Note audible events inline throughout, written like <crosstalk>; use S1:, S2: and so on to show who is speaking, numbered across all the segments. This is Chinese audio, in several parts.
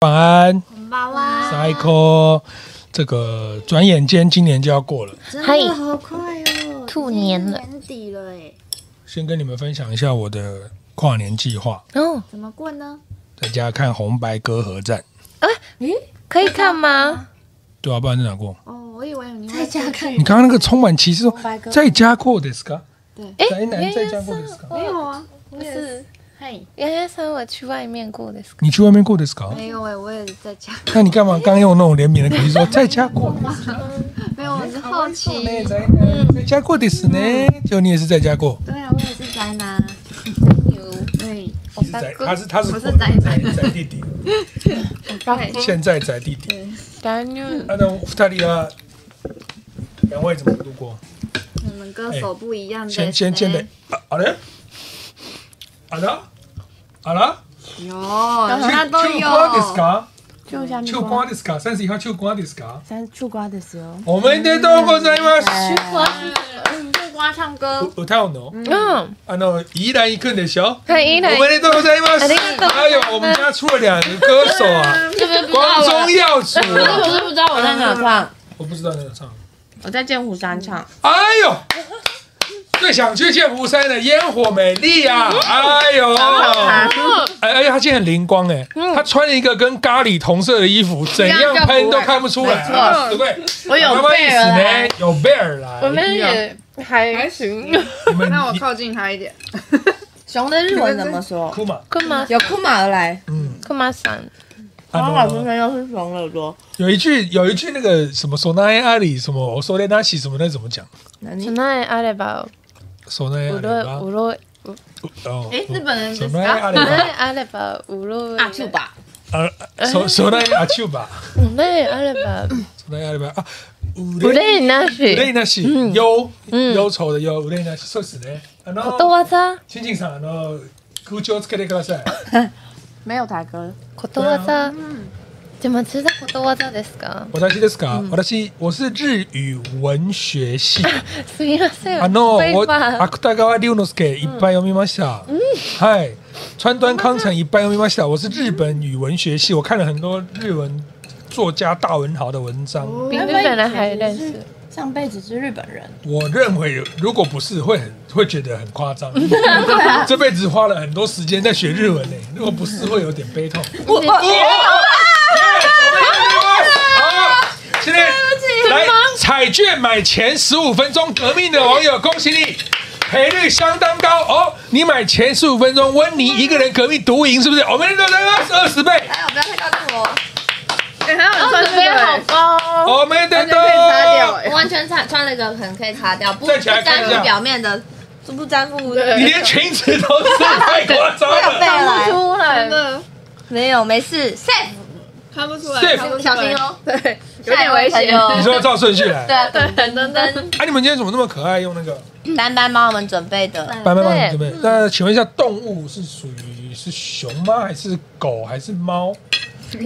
S1: 晚安，
S2: 娃娃，
S1: 塞科。这个转眼间今年就要过了，
S2: 真
S3: 嗨
S2: 的好快哦，
S3: 兔年了
S2: 已经年底了哎，
S1: 先跟你们分享一下我的跨年计划，
S3: 哦，
S2: 怎么过呢？
S1: 在家看红白歌合战，
S3: 可以看吗？
S1: 对啊，不然在哪过？
S2: 哦，我以为你在家看，
S1: 你刚刚那个充满歧视说
S2: 嗯白歌
S1: 在家过 d i s c
S3: 哎
S1: 宅男在家过 d i s c
S2: 没有啊，我也
S3: 是，
S2: 嘿，
S3: 洋洋桑我去外面过的，
S1: 你去外面过 d i s c
S2: 没有哎，我也在家， <laughs>
S1: 那你干嘛刚用那种怜悯的口气
S2: 嗯
S1: 说在家过 d i s
S2: 没有，我是好啊奇，
S1: c 宅男在家过 d i s 呢？
S2: 嗯
S1: 就你也是在家过，
S2: 对啊，我也是宅男，哎对，
S1: 你是宅，他是他是
S2: 我是宅嗯
S1: 宅宅弟
S2: <laughs>
S1: 弟，现在宅弟弟。
S3: 男女
S1: 那那二人は两位怎么度过？
S2: 你们歌手不一样的，
S1: 哎先先先得，啊あれ？あら？あら？
S2: 有，那
S1: <laughs>
S2: 都
S1: 中瓜です
S2: 有，
S1: か？
S4: 就下面
S1: 中
S4: 瓜，
S1: 瓜ですか？三十一号中瓜ですか？
S4: 三吃瓜的时候，
S1: おめでとうございます。
S2: 木瓜唱歌，
S1: う歌うの？
S3: 嗯，
S1: あの依然行くんでしょ？
S3: 他
S1: 我
S3: 一来
S1: 们的都在吗？
S3: ありがとう
S1: 哎呦，我们家出了两个歌手啊，光宗耀祖啊，
S4: 不是不知道我在哪唱，
S1: 我不知道那个唱。
S4: 我在剑湖山唱，
S1: 哎呦，最想去见福山的烟火美丽啊！哎呦，哎哎，他现在很灵光哎，他穿了一个跟咖喱同色的衣服，怎样喷都看不出来啊，对不对？
S4: 我有啊
S1: 什么意
S4: 备
S1: 思
S4: 了
S1: 呢
S4: 来，？
S1: 有贝尔来，哎
S3: 我们也还行，
S1: 你们
S2: 那我
S1: 你
S2: 靠近他一点，
S4: <laughs> 熊的日文怎么说？
S1: 哭嘛？
S3: 干嘛
S4: 有库马而来，
S1: 嗯，
S3: 干嘛伞？
S4: 然
S1: 啊懂
S4: 后老
S1: 了
S4: 先生又是熊耳朵，
S1: 有一句有一句那个什么索奈阿里什么索奈纳西什么那怎么讲？
S4: 那
S3: そ
S4: 你
S3: んなにあれば
S1: 索奈阿
S3: う
S1: 里
S3: ろうろ
S1: 哦，
S2: 哎，日本人
S1: 索
S2: 是
S1: 奈阿里
S3: そんなにあればうろ
S4: 大兔吧，
S1: 呃，索索奈阿丘吧，
S3: そんなにあれば
S1: 索奈阿里吧啊，う
S3: うれな
S1: 憂い
S3: し。
S1: なし、憂憂愁的憂、憂いなし、そうですね。あ
S3: こと
S1: の、
S3: わざ
S1: 新人さん、あの、空調つけてください。
S4: 没有台歌，
S3: ことわざ。でも知道ことわざですか？
S1: 私ですか、私、我是日语文学系。
S3: すみません。
S1: あの、
S3: ペ
S1: 我
S3: ーパー
S1: 芥川龍之介いっぱい読みました。はい。川端康成いっぱい読みました。我是日本语文学系，我看了很多日文作家大文豪的文章。
S3: 比日本人还认识。
S4: 上辈子是日本人，
S1: 我认为，如果不是，会很会觉得很夸张。这辈子花了很多时间在学日文呢、如果不是，会有点悲痛。我现在来彩券买前十五分钟革命的网友，恭喜你！赔率相当高哦，你买前十五分钟，温妮一个人革命独赢，是不是？我们都得二十倍，
S2: 哎，还有
S4: 哦
S2: 人穿这个哎，
S1: 哦我们得
S2: 可以擦掉
S1: 到。
S2: 哎，
S5: 完全擦穿了一个很可以擦掉，不不
S1: 站起来看一
S5: 粘
S1: 下
S5: 附表面的，不粘附
S1: 你连裙子都是太夸张了。
S5: 背来，
S3: 出来
S5: 没有没事，safe，
S2: 看不出
S1: Safe
S2: 来，看不出来
S5: 小心，哦，
S2: 对，有
S5: 下一
S2: 点
S5: 位
S2: 危
S5: 朋
S2: 险，
S5: 友
S1: 你，说要照顺序来
S5: 对。啊，对，等等等，
S1: 哎、你们今天怎么那么可爱？用那个
S5: 丹丹帮我们准备的，
S1: 白白帮
S3: 对
S1: 你准备。那请问一下，动物是属于是熊吗？还是狗？还是猫？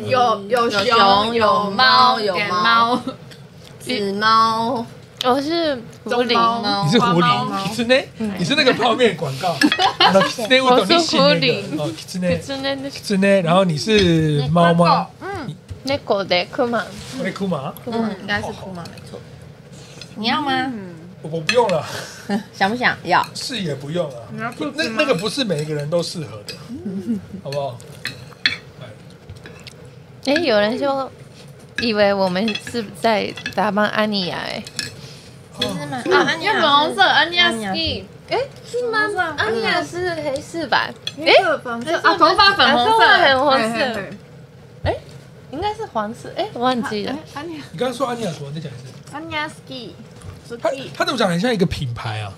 S2: 有有
S5: 有熊有猫有
S2: 点
S5: 猫，紫猫，
S3: 我是狐
S2: 棕猫
S3: 狸，
S1: 你是狐狸，是呢？你是那个泡面广告，然后狐狸，我懂你喜欢那个哦，狐狸，
S3: 狐狸です。
S1: 狐狸。然后你是猫吗？
S3: 猫でクマ。
S1: 我在哭吗？
S4: 嗯，应该是库马没错，
S5: 你要吗？
S1: 我我不用了，
S4: 想不想要？
S1: 是也不用了。
S2: 要兔
S1: 那那个不是每一个人都适合的，好不好？
S3: 哎，有人说以为我们是在打扮安妮亚，哎，
S4: 啊，
S2: 要粉红色，安妮啊亚斯，
S3: 哎，是吗？安妮亚是黑色吧？
S2: 哎，粉色啊，头发粉红
S3: 啊
S2: 色，
S3: 头发粉红色
S2: 嘿嘿嘿
S3: 应该是黄色，哎，忘记了
S2: 哎。安妮亚
S1: 你刚刚说安妮亚什么？再讲一次。
S2: 安妮亚 ski，
S1: 他他怎么讲？很像一个品牌啊。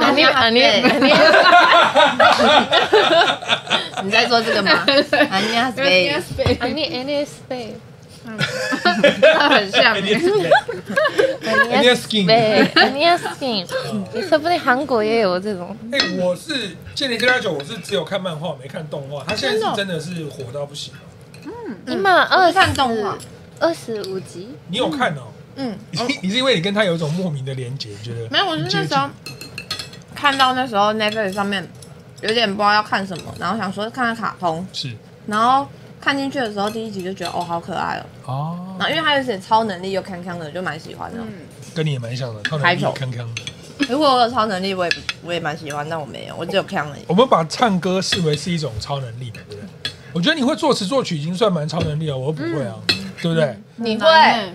S3: 安妮安妮安妮，
S5: 你在做这个
S4: <laughs>
S5: 吗？安妮
S4: 啊
S5: 亚斯贝，
S3: 安妮安妮 space，
S2: 很像
S1: 安妮亚 skin，安妮
S4: 欸
S1: 亚 skin。
S3: 对，安妮 skin，你说不定韩国也有这种。
S1: 哎、我是《剑灵跟他九》，我是只有看漫画没看动画，他现在
S4: 哦
S1: 是真的是火到不行。
S3: 今二
S4: 看动画，
S3: 二十五集，
S1: 你有看哦？
S4: 嗯，
S1: 你是你是因为你跟他有一种莫名的连结，觉得
S4: 没有，我是
S1: 很接
S4: 那
S1: 近
S4: 时候看到那时候 Netflix 上面有点不知道要看什么，然后想说看看卡通，
S1: 是
S4: 然后看进去的时候，第一集就觉得哦，好可爱哦。
S1: 哦，
S4: 然后因为他有点超能力又康康的，就蛮喜欢的。
S1: 跟你也蛮像的，超
S4: 开
S1: 能力
S4: 头
S1: 康康的。
S4: 如果我有超能力，我也我也蛮喜欢，但我没有，我只有康而已。
S1: 我们把唱歌视为是一种超能力嘛，对不对？我觉得你会作词作曲已经算蛮超能力了，我又不会啊，
S4: 嗯
S1: 对不对？
S4: 你会
S2: 对，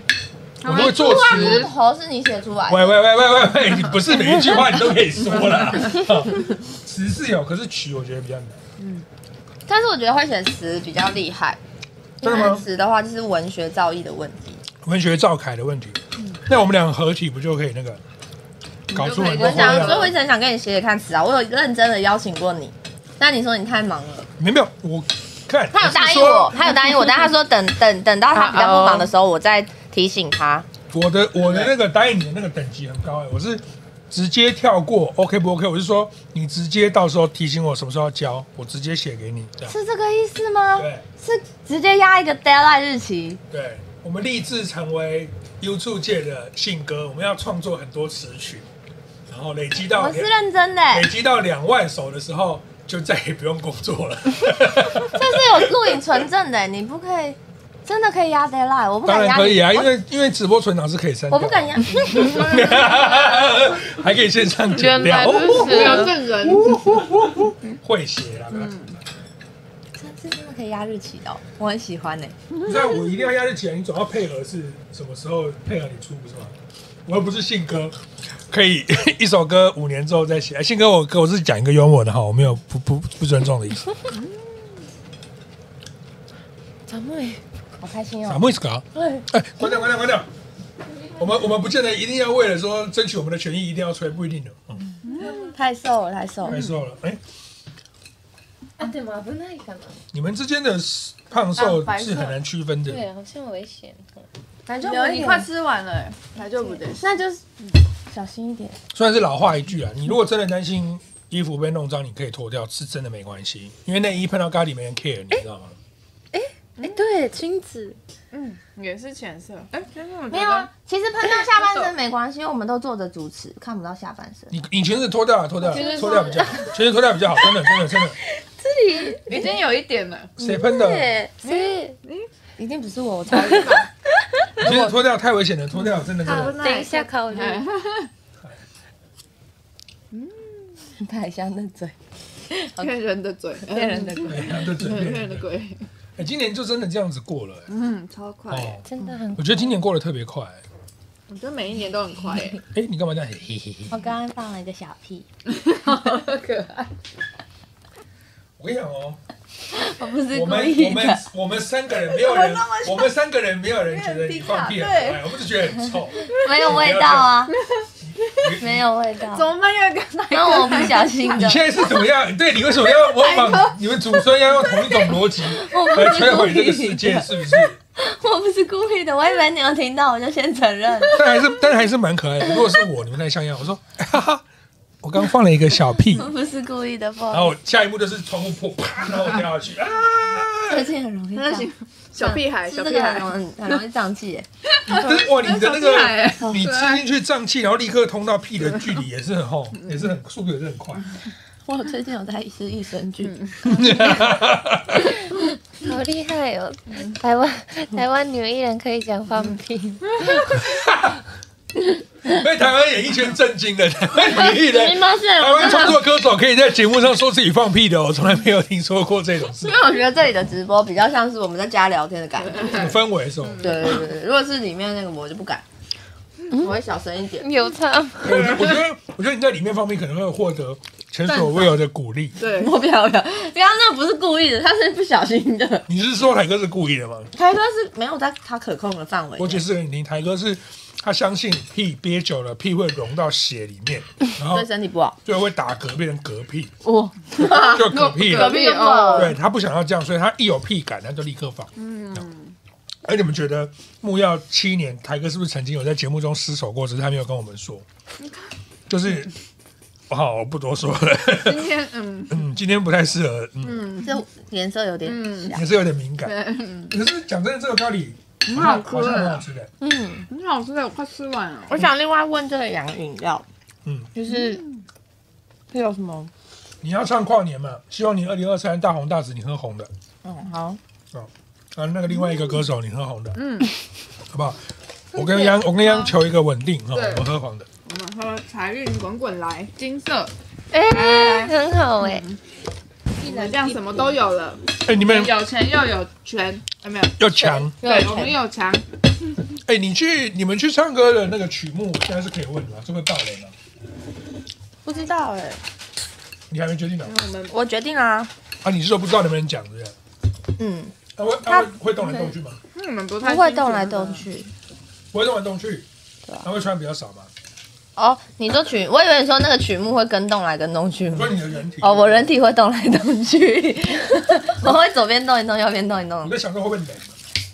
S1: 我会作词，
S4: 头是你写出来
S1: 喂喂喂喂喂喂，你不是每一句话你都可以说啦。词是有，可是曲我觉得比较难。
S4: 但是我觉得会写词比较厉害。
S1: 真的吗
S4: 因为词的话就是文学造诣的问题。
S1: 文学赵凯的问题，
S4: 嗯
S1: 那我们两个合体不就可以那个搞出很
S4: 我
S1: 多
S4: 很
S1: 花
S5: 啊
S4: 想，所以我
S1: 样？
S4: 一直很想跟你写写看词啊。我有认真的邀请过你，但你说你太忙了。
S1: 没有没有，我看
S4: 他有答应
S1: 是说
S4: 我，他有答应我，但他说等等等到他比较不忙的时候，我再提醒他。
S1: 我的我的那个答应你的那个等级很高哎、我是直接跳过 OK 不 OK，我是说你直接到时候提醒我什么时候要交，我直接写给你这样。
S5: <laughs> 是这个意思吗？
S1: 对
S5: 是直接压一个 deadline 日期？
S1: 对，我们立志成为 YouTube 界的信鸽，我们要创作很多词曲，然后累积到
S5: 我是认真的欸，
S1: 累积到两万首的时候，就再也不用工作
S5: <laughs>
S1: 了。
S5: 这是有录影存证的欸，你不可以，真的可以压 deadline，我不
S1: 当
S5: 敢
S1: 然
S5: 压
S1: 可以
S5: 你，
S1: 啊，因为因为直播存档是可以删掉
S5: 我
S1: 的，
S5: 不
S1: <laughs>
S5: 敢压。
S1: 还可以线上剪
S3: 原
S1: 掉
S3: 来，如
S2: 没有
S3: 此，
S2: 证人，
S1: <laughs> 会写啦。不要紧
S5: 嗯是真的可以压日期的哦，我很喜欢呢。
S1: <laughs> 那我一定要压日期啊！你总要配合是什么时候配合你出不是吗？我又不是信哥，可以一首歌五年之后再写。哎信哥，我我是讲一个幽默的哈，我没有不不不尊重的意思。
S4: 好开心
S1: 什
S4: 哦！
S1: 么意思啊？哎，关掉关掉关掉！我们我们不见得一定要为了说争取我们的权益一定要吹，不一定的。嗯，
S4: 太瘦了，太瘦了
S1: 太。瘦了，哎，
S3: 啊对吗？不那里干嘛？
S1: 你们之间的胖瘦
S2: 啊白色
S1: 是很难区分的。
S3: 对，好像危险。
S2: 奶就你快吃完了，奶就不对，
S4: 那欸就是小心一点。
S1: 虽然是老话一句啊，你如果真的担心衣服被弄脏，你可以脱掉，是真的没关系，因为内衣碰到咖喱没人 care，你知道吗？
S3: 哎，对，亲子
S2: 嗯，也是浅色，哎，真的
S5: 没
S2: 没
S5: 有啊，其实喷到下半身没关系，因为我们都坐着主
S4: <laughs>
S5: 持，看不到下半身。
S1: 你你裙子脱掉了，脱掉了，脱掉比较好，裙子脱掉比较好，真的真的真的，
S2: 已经有一点了，
S1: 谁喷的？
S4: 一定不是我，我超
S1: 裙子脱掉太危险了，脱掉真的真的。
S3: 等一下考虑。
S4: 太像那嘴，
S2: <laughs> <laughs> 骗人的嘴，嗯
S4: 骗人的鬼。
S1: 哎，对对
S2: 骗
S1: 对
S2: 人的
S1: 对，
S2: 鬼，
S1: 哎，今年就真的这样子过了，
S2: 嗯，超快
S1: 哎，哦，
S3: 真的很
S1: 我觉得今年过得特别快。
S2: 我觉得每一年都很快，哎
S1: 哎，你干嘛这样？嘿嘿嘿
S5: <laughs> 我刚刚放了一个小屁，
S1: 我跟你讲哦，
S5: 我不是
S1: 我们我们我们三个人没有人，我们三个人没有人觉得你放屁很可爱，我们只觉得很 <laughs> 臭，
S5: <laughs> 没有味道啊，
S1: 你
S5: <laughs> 没有味道。
S2: <laughs> 怎么办？又跟奶
S5: 然后我不小心
S1: 你
S5: 的，
S1: 现在是怎么样？对你为什么要模仿你们祖孙要用同一种逻辑来摧毁这个世界？是不是？
S5: <laughs> 我不是故意的，我以为你们听到，我就先承 <laughs> 认。
S1: 但还是但还是蛮可爱的。如果是我，你们太像样。我说，哈哈，我刚放了一个小屁，
S4: 嗯
S5: 我不是故意的，不
S1: 然
S5: 好意
S1: 后下一幕就是窗户破，啪，然后我掉下去啊！
S5: 思。最近很容易这
S2: 那
S5: 样，
S2: 行， <laughs> 小屁孩，
S5: 是
S2: 小
S5: 这
S2: 屁
S5: 个
S2: 孩
S5: 很，容易很容易胀气耶。
S1: 但是哇，你的那
S2: 小屁孩
S1: 个
S2: 哎
S1: 你吃进去胀气，然后立刻通到屁的距离也是很厚，也是很速度也是很快。
S5: <laughs>
S1: <laughs>
S5: 我最近有在吃益生菌，
S3: 好厉害哦！
S4: 嗯
S3: 台湾台湾女艺人可以讲放屁，
S1: 被台湾演艺圈震惊的台湾女艺人。
S4: 发现
S1: 台湾创作歌手可以在节目上说自己放屁的、哦，我从来没有听说过这种事。
S4: 因为我觉得这里的直播比较像是我们在家聊天的感觉。
S1: 氛围是吧？
S4: 对对对对，如果是里面那个我就不敢，我会小声一 <laughs> 点。
S3: <laughs> 有差吗？
S1: 我觉我觉得，我觉得你在里面方面可能会获得前所未有的鼓励。
S2: 对，
S4: 我不要我不要，刚刚那个不是故意的，他是不小心的。 <laughs>
S1: 你是说台哥是故意的吗？
S4: 凯哥是没有在他可控的范围内。
S1: 我解释给你听，台哥是他相信屁憋久了，屁会融到血里 <laughs> 面，然后
S4: 对身体
S1: <laughs>
S4: 不好，
S1: 就会打嗝变成嗝屁，
S4: 哇，
S1: 就啊嗝屁了
S2: 隔。壁
S4: <laughs>
S2: 哦，
S1: 对他不想要这样，所以他一有屁感，他就立刻放。嗯。哎，你们觉得木曜七年，台哥是不是曾经有在节目中失手过？只是他没有跟我们说。就是， <laughs> 好，我不多说了。 <laughs>
S2: 今天嗯，
S1: 嗯，今天不太适合。嗯，
S4: 这颜色有点像。
S1: 也是有点敏感。可是讲真的，这个咖喱
S2: 很
S1: 好啊像
S2: 好吃
S1: 很好
S2: 哎，
S1: 吃的。
S2: <laughs> 很好吃哎，我快吃完了，
S4: 我想另外问这两个饮料，
S1: 嗯
S4: 嗯，就是是有什么？
S1: 你要唱跨年嘛？希望你二零二三大红大紫，你喝红的。
S4: 嗯，好，
S1: 啊，那个另外一个歌手你很红的，
S2: 嗯，
S1: 好不好？我跟央，我跟央求一个稳定哈
S2: 对，
S1: 我喝黄的。
S2: 我们喝财运滚滚来，金色，
S4: 啊
S3: 哎，很好哎，
S4: 嗯
S2: 我们这样什么都有了，
S1: 哎，你们
S2: 有钱又有权，有没有？
S1: 要强。
S2: 对，我们有强，
S1: 哎，你去你们去唱歌的那个曲目，现在是可以问的吗？这个爆雷吗？
S4: 不知道哎、
S1: 你还没决定呢？
S2: 嗯我们
S4: 我决定啦、
S1: 啊，你是说不知道能不能讲对不对？
S4: 嗯，
S1: 啊，会啊会会动来动去吗？
S2: 嗯我们不太
S4: 不会
S2: 清楚
S4: 动来动。去。
S1: 不会动来动去，
S4: 对啊
S1: 他会穿比较少嘛，
S4: 哦，你说曲，我以为你说那个曲目会跟动来跟动去
S1: 不
S4: 吗
S1: 是？你的人体。
S4: 哦，我人体会动来动去， <laughs> 我会左边动一动，右边动一动
S1: 我，在想说会不会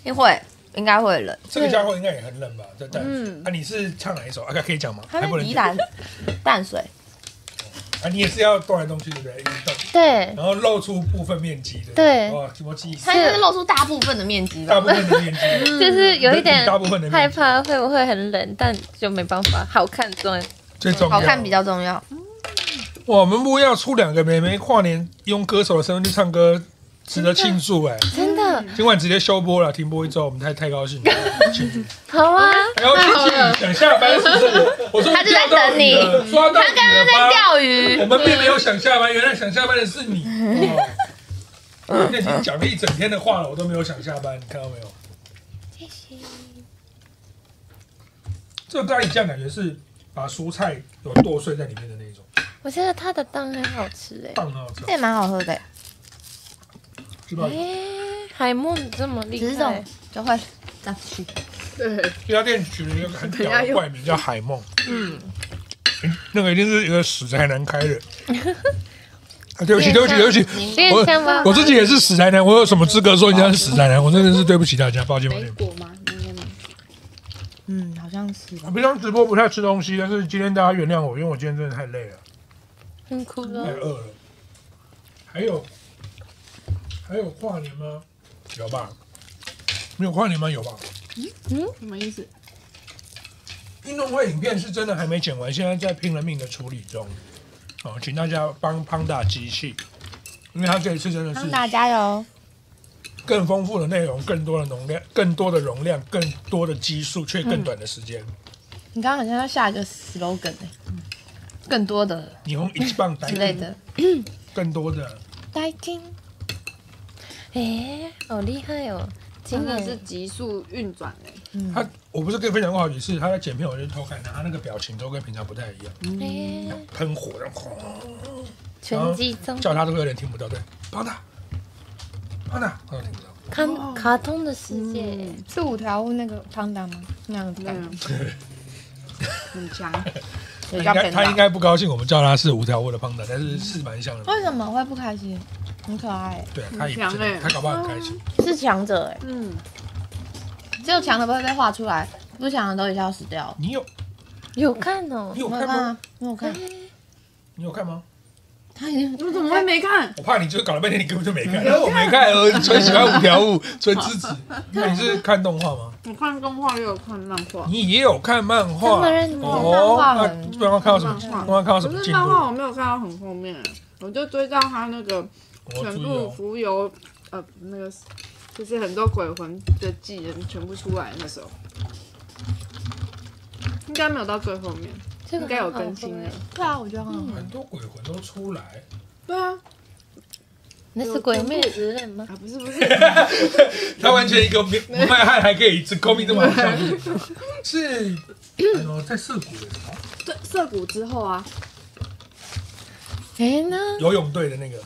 S1: 冷？
S4: 会应该会冷。
S1: 这个家伙应该也很冷吧，在淡水
S2: 嗯。
S1: 啊，你是唱哪一首？啊，可以讲吗？
S4: 他
S1: 还不
S4: 们
S1: 能
S4: 宜
S1: 讲。
S4: 兰淡水，
S1: 啊，你也是要动来动去，对不对？移动，
S3: 对，
S1: 然后露出部分面积的。
S3: 对
S1: 哇，什么记忆？
S4: 它应该是露出大部分的面积
S1: 大
S4: 吧
S1: 部？分的面积，
S4: 嗯
S3: 就是 <laughs> 有一点
S1: 大部分的面积
S3: 害怕会不会很冷，但就没办法，好看重
S4: 嗯
S3: 要。
S1: 最重要。
S4: 好看比较重要。
S1: 哇。我们不要出两个妹妹跨年用歌手的身份去唱歌，值得庆祝哎！
S3: 真的
S1: 今晚直接休播了，停播一周，我们太太高兴了。
S3: <laughs> 好啊，
S1: 还要哎自己想下班是不是？我说
S4: 他就在等你
S1: 我抓到他刚刚在
S4: 钓鱼，
S1: 我们并没有想下班，原来想下班的是你。哦我那天讲了一整天的话了，我都没有想下班，你看到没有？这个咖喱酱感觉是把蔬菜有剁碎在里面的那一种，
S3: 我觉得它的蛋很好吃哎，
S1: 棒很好吃
S4: 这，也蛮好喝的，欸
S1: 知道吗？
S3: 哎，海木你这么厉
S4: 只是这
S3: 害
S4: 种，就会上去。
S2: 对，
S1: 这家店取了一个很屌的怪名叫海梦，嗯，那个一定是一个死宅男开的。啊对不起，对不起，对不起，
S3: 变香吧，
S1: 我自己也是死宅男，我有什么资格说人家是死宅男？我真的是对不起大家，抱歉抱
S2: 莓
S1: 歉。
S2: 果吗？应该吗？
S4: 嗯，好像是吧。
S1: 我平常直播不太吃东西，但是今天大家原谅我，因为我今天真的太累了，
S3: 很酷哦
S1: 太
S3: 了，
S1: 饿了。还有还有跨年吗？有吧？没有跨年吗？有吧？
S2: 什么意思？
S1: 运动会影片是真的还没剪完，现在在拼了命的处理中。哦，请大家帮胖大机器，因为他这一次真的是
S4: 让大家油！
S1: 更丰富的内容、更多的容量、更多的容量、更多的基数，却
S4: 嗯
S1: 更短的时间。
S4: 你刚刚好像要下一个 slogan 哎、更多的
S1: 你用一棒打
S4: 之类的。
S1: 更多的
S3: 来听，
S1: 嗯
S3: 哎，好厉害哦，今
S2: 真的
S3: 年
S2: 是急速运转嘞，
S1: 他，我不是跟你分享过好几次，他在剪片我就偷看他，他那个表情都跟平常不太一样，
S4: 嗯
S3: 哎，
S1: 喷火然后轰，
S3: 全集中，
S1: 叫他都有点听不到，对，胖大，胖大，他哦都听不到。
S3: 卡
S4: 哦
S3: 卡通的世界，
S4: 是五条悟那个胖达吗？那样的
S2: 嗯，很强，
S4: 也
S1: 应
S4: 叫
S1: 该
S4: 胖
S1: 他应
S4: 达。
S1: 该不高兴，我们叫他是五条悟的胖大，但是是蛮像的。
S4: 为什么会不开心？很可爱、
S1: 对他也不知
S2: 哦
S1: 道
S2: 很强欸
S1: 他搞不好很开心。
S4: 是强者哎、
S2: 嗯，
S4: 只有强的不会被画出来，不强的都一下就死掉了。
S1: 你有
S3: 有看哦
S1: 你，有
S4: 我
S1: 看
S4: 看
S1: 吗？
S4: 啊，我看，
S1: 你有看吗？
S4: 他已经
S2: 我怎么会没看？
S1: 我怕你就是搞了半天你根本就没看，因为
S2: 嗯
S1: 我没看，我纯喜欢五条悟，纯支
S2: <laughs>
S1: 持。那你是看动画吗？
S2: 我看动画也有看漫画，
S1: 你也有看漫画
S3: 这么认真
S1: 哦？
S4: 漫画
S1: 那
S4: 人
S1: 漫画看到什么？
S2: 漫
S1: 漫
S2: 画
S1: 画看到什么
S2: 可是
S1: 进
S2: 漫画我
S1: 度？
S2: 没有看到很后面，我就追到他那个
S1: 我
S2: 全
S1: 注意
S2: 部
S1: 哦。
S2: 浮游，呃，那个就是很多鬼魂的技能全部出来那时候，应该没有到最后面，
S3: 这个
S2: 应该有更新
S3: 哎
S2: 了。
S4: 对啊，我觉得很好
S1: 很多鬼魂都出来，
S2: 对啊，
S3: 那是鬼灭之刃吗？
S2: 啊不是 <laughs> 不是，
S1: <laughs> 他完全一个没不卖汗还可以一直勾命这么好笑， <laughs> 是哦，在涩谷的什么
S2: 对涩谷之后啊，
S3: 哎呢，
S1: 游泳队的那个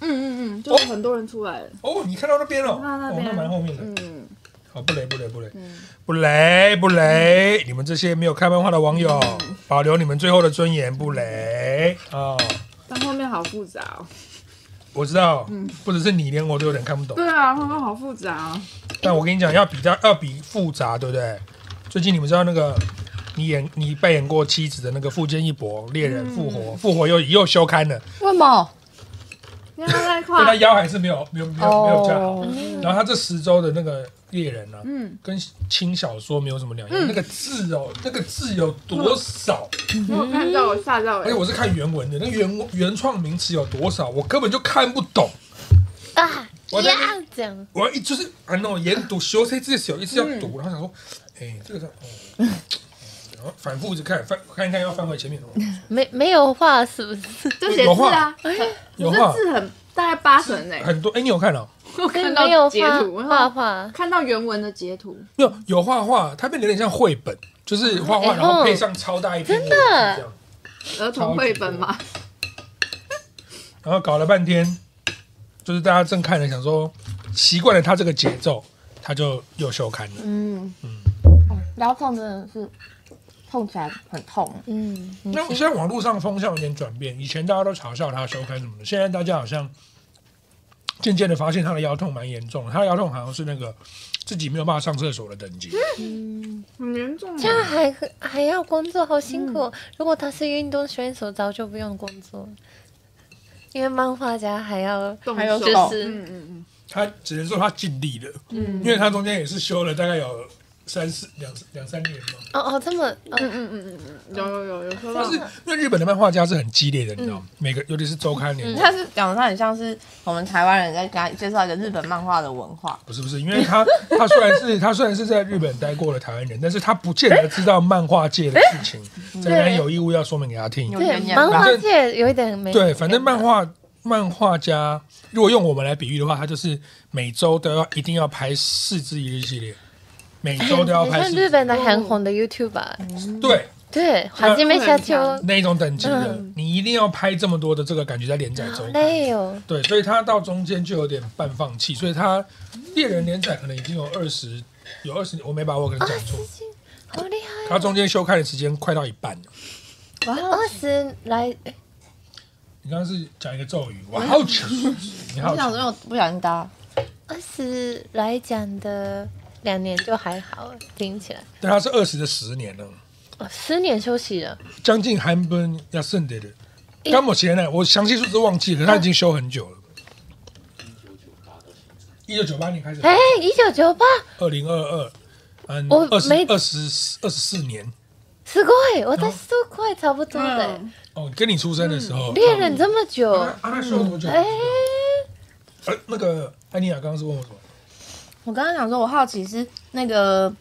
S2: 嗯嗯嗯，就是很多人出来了，
S1: 哦，你看到那边了，
S2: 看到那
S1: 哦，
S2: 边
S1: 那蛮后面的，
S2: 嗯，
S1: 好不雷不雷不雷不雷不雷，你们这些没有看漫画的网友，
S2: 嗯
S1: 保留你们最后的尊严，不雷啊！
S2: 但后面好复杂哦。
S1: 我知道，
S2: 嗯
S1: 不只是你，连我都有点看不懂。
S2: 对啊，后面好复杂哦。
S1: 但我跟你讲，要比较要比复杂，对不对？最近你们知道那个你演你扮演过妻子的那个富坚义博猎人复活，复活又又休刊了，
S4: 为什么？
S2: 因为
S1: <laughs>
S2: 他在
S1: 但他
S2: 跨，
S1: 腰还是没有没有没有没有架好。
S4: 哦，
S1: 然后他这十周的那个猎人呢、
S2: 嗯，
S1: 跟轻小说没有什么两样，那个字哦，那个字有多少？
S2: 我有看到我吓到欸
S1: 而且
S2: 了，
S1: 哎我是看原文的，那个原原创名词有多少，我根本就看不懂。
S3: 啊，
S1: 我在那边
S3: 呀这样，
S1: 我一就是啊，那种研读修谁自己有一直要
S3: 嗯
S1: 读，然后想说，哎，这个是，哦然后反复一直看，翻看一看，要翻回前面，
S3: 没没有话是不是？
S2: 就写字啊，
S1: 有
S2: 我这
S1: 画
S2: 字很大概八成哎、
S1: 很多，哎，你有看哦？
S2: <laughs> 我看
S3: 没有
S2: 到截图，
S3: 画
S2: 然
S3: 画
S2: 后 <laughs>
S3: 画，
S2: 看到原文的截图，
S1: 没有，有画画，它变得有点像绘本，就是画画，
S3: 哎
S1: 然后
S3: 哦
S1: 配上超大一篇文字
S3: 真的
S1: 这样，
S2: 儿童绘本嘛，
S1: 然后搞了半天，就是大家正看着，想说习惯了他这个节奏，他就又休刊了。
S4: 嗯哦腰痛真的是痛起来很痛，
S3: 嗯，
S1: 那现在网络上风向有点转变，以前大家都嘲笑他休刊什么的，现在大家好像渐渐的发现他的腰痛蛮严重的，他的腰痛好像是那个自己没有办法上厕所的等级。
S2: 很严重
S3: 这样还还要工作，好辛苦哦。
S2: 嗯
S3: 如果他是运动选手，早就不用工作，因为漫画家还要
S2: 动
S4: 还有
S2: 手，
S4: 就是
S2: 嗯嗯嗯，
S1: 他只能说他尽力了，因为他中间也是休了大概有三四两两三年嘛。
S3: 哦哦这么哦
S2: 嗯嗯嗯嗯，有有有有说到
S1: 但是因为日本的漫画家是很激烈的，你知道吗？每个尤其是周刊连载。
S4: 它是讲的它很像是我们台湾人在给他介绍一个日本漫画的文化，
S1: 不是不是，因为他他虽然是他虽然是在日本待过的台湾人，但是他不见得知道漫画界的事情，这个人有义务要说明给他听。
S4: 有
S2: 嗯
S3: 对
S4: 点点
S3: 漫
S1: 反
S3: 画
S1: 正
S3: 界有一点没
S1: 对，反正漫画漫画家，如果用我们来比喻的话，他就是每周都要一定要拍四至一日系列，每周都要
S3: 很 <laughs>
S1: 拍
S3: 像
S1: 四
S3: 日
S1: 支，
S3: 本的很红的
S2: 哦
S3: YouTuber，
S1: 对
S2: 嗯
S3: 对，还是没下去哦，
S1: 那一种等级的，你一定要拍这么多的这个感觉在连载
S3: 好
S1: 周刊。
S3: 累哦，
S1: 对，所以他到中间就有点半放弃，所以他猎人连载可能已经有二十，有二十，我没把握可能讲错，
S3: 啊好厉害
S1: 他中间休刊的时间快到一半了。
S3: 哦，二十来
S1: 你刚刚是讲一个咒语，我好奇，你好
S4: 我想
S1: 奇，
S4: 说我不小心搭，
S3: 二十来讲的两年就还好，听起来
S1: 但他是二十的十年了。
S3: 哦，十年休息了，
S1: 将近韩本要剩的人，干某前呢，我详细数字忘记，可是他已经休很久了。一九九八年开始，
S3: 哎，一九九八，
S1: 二零二二，嗯，
S3: 我
S1: 二十
S3: 没
S1: 二十二十四年
S3: すごい，我在四块差不多的
S2: 嗯
S1: 哦，跟你出生的时候，
S3: 猎人这么久，
S1: 啊，他休多久？
S3: 哎，
S1: 呃，那个安妮亚刚刚是问我什么？
S4: 我刚刚想说，我好奇是那个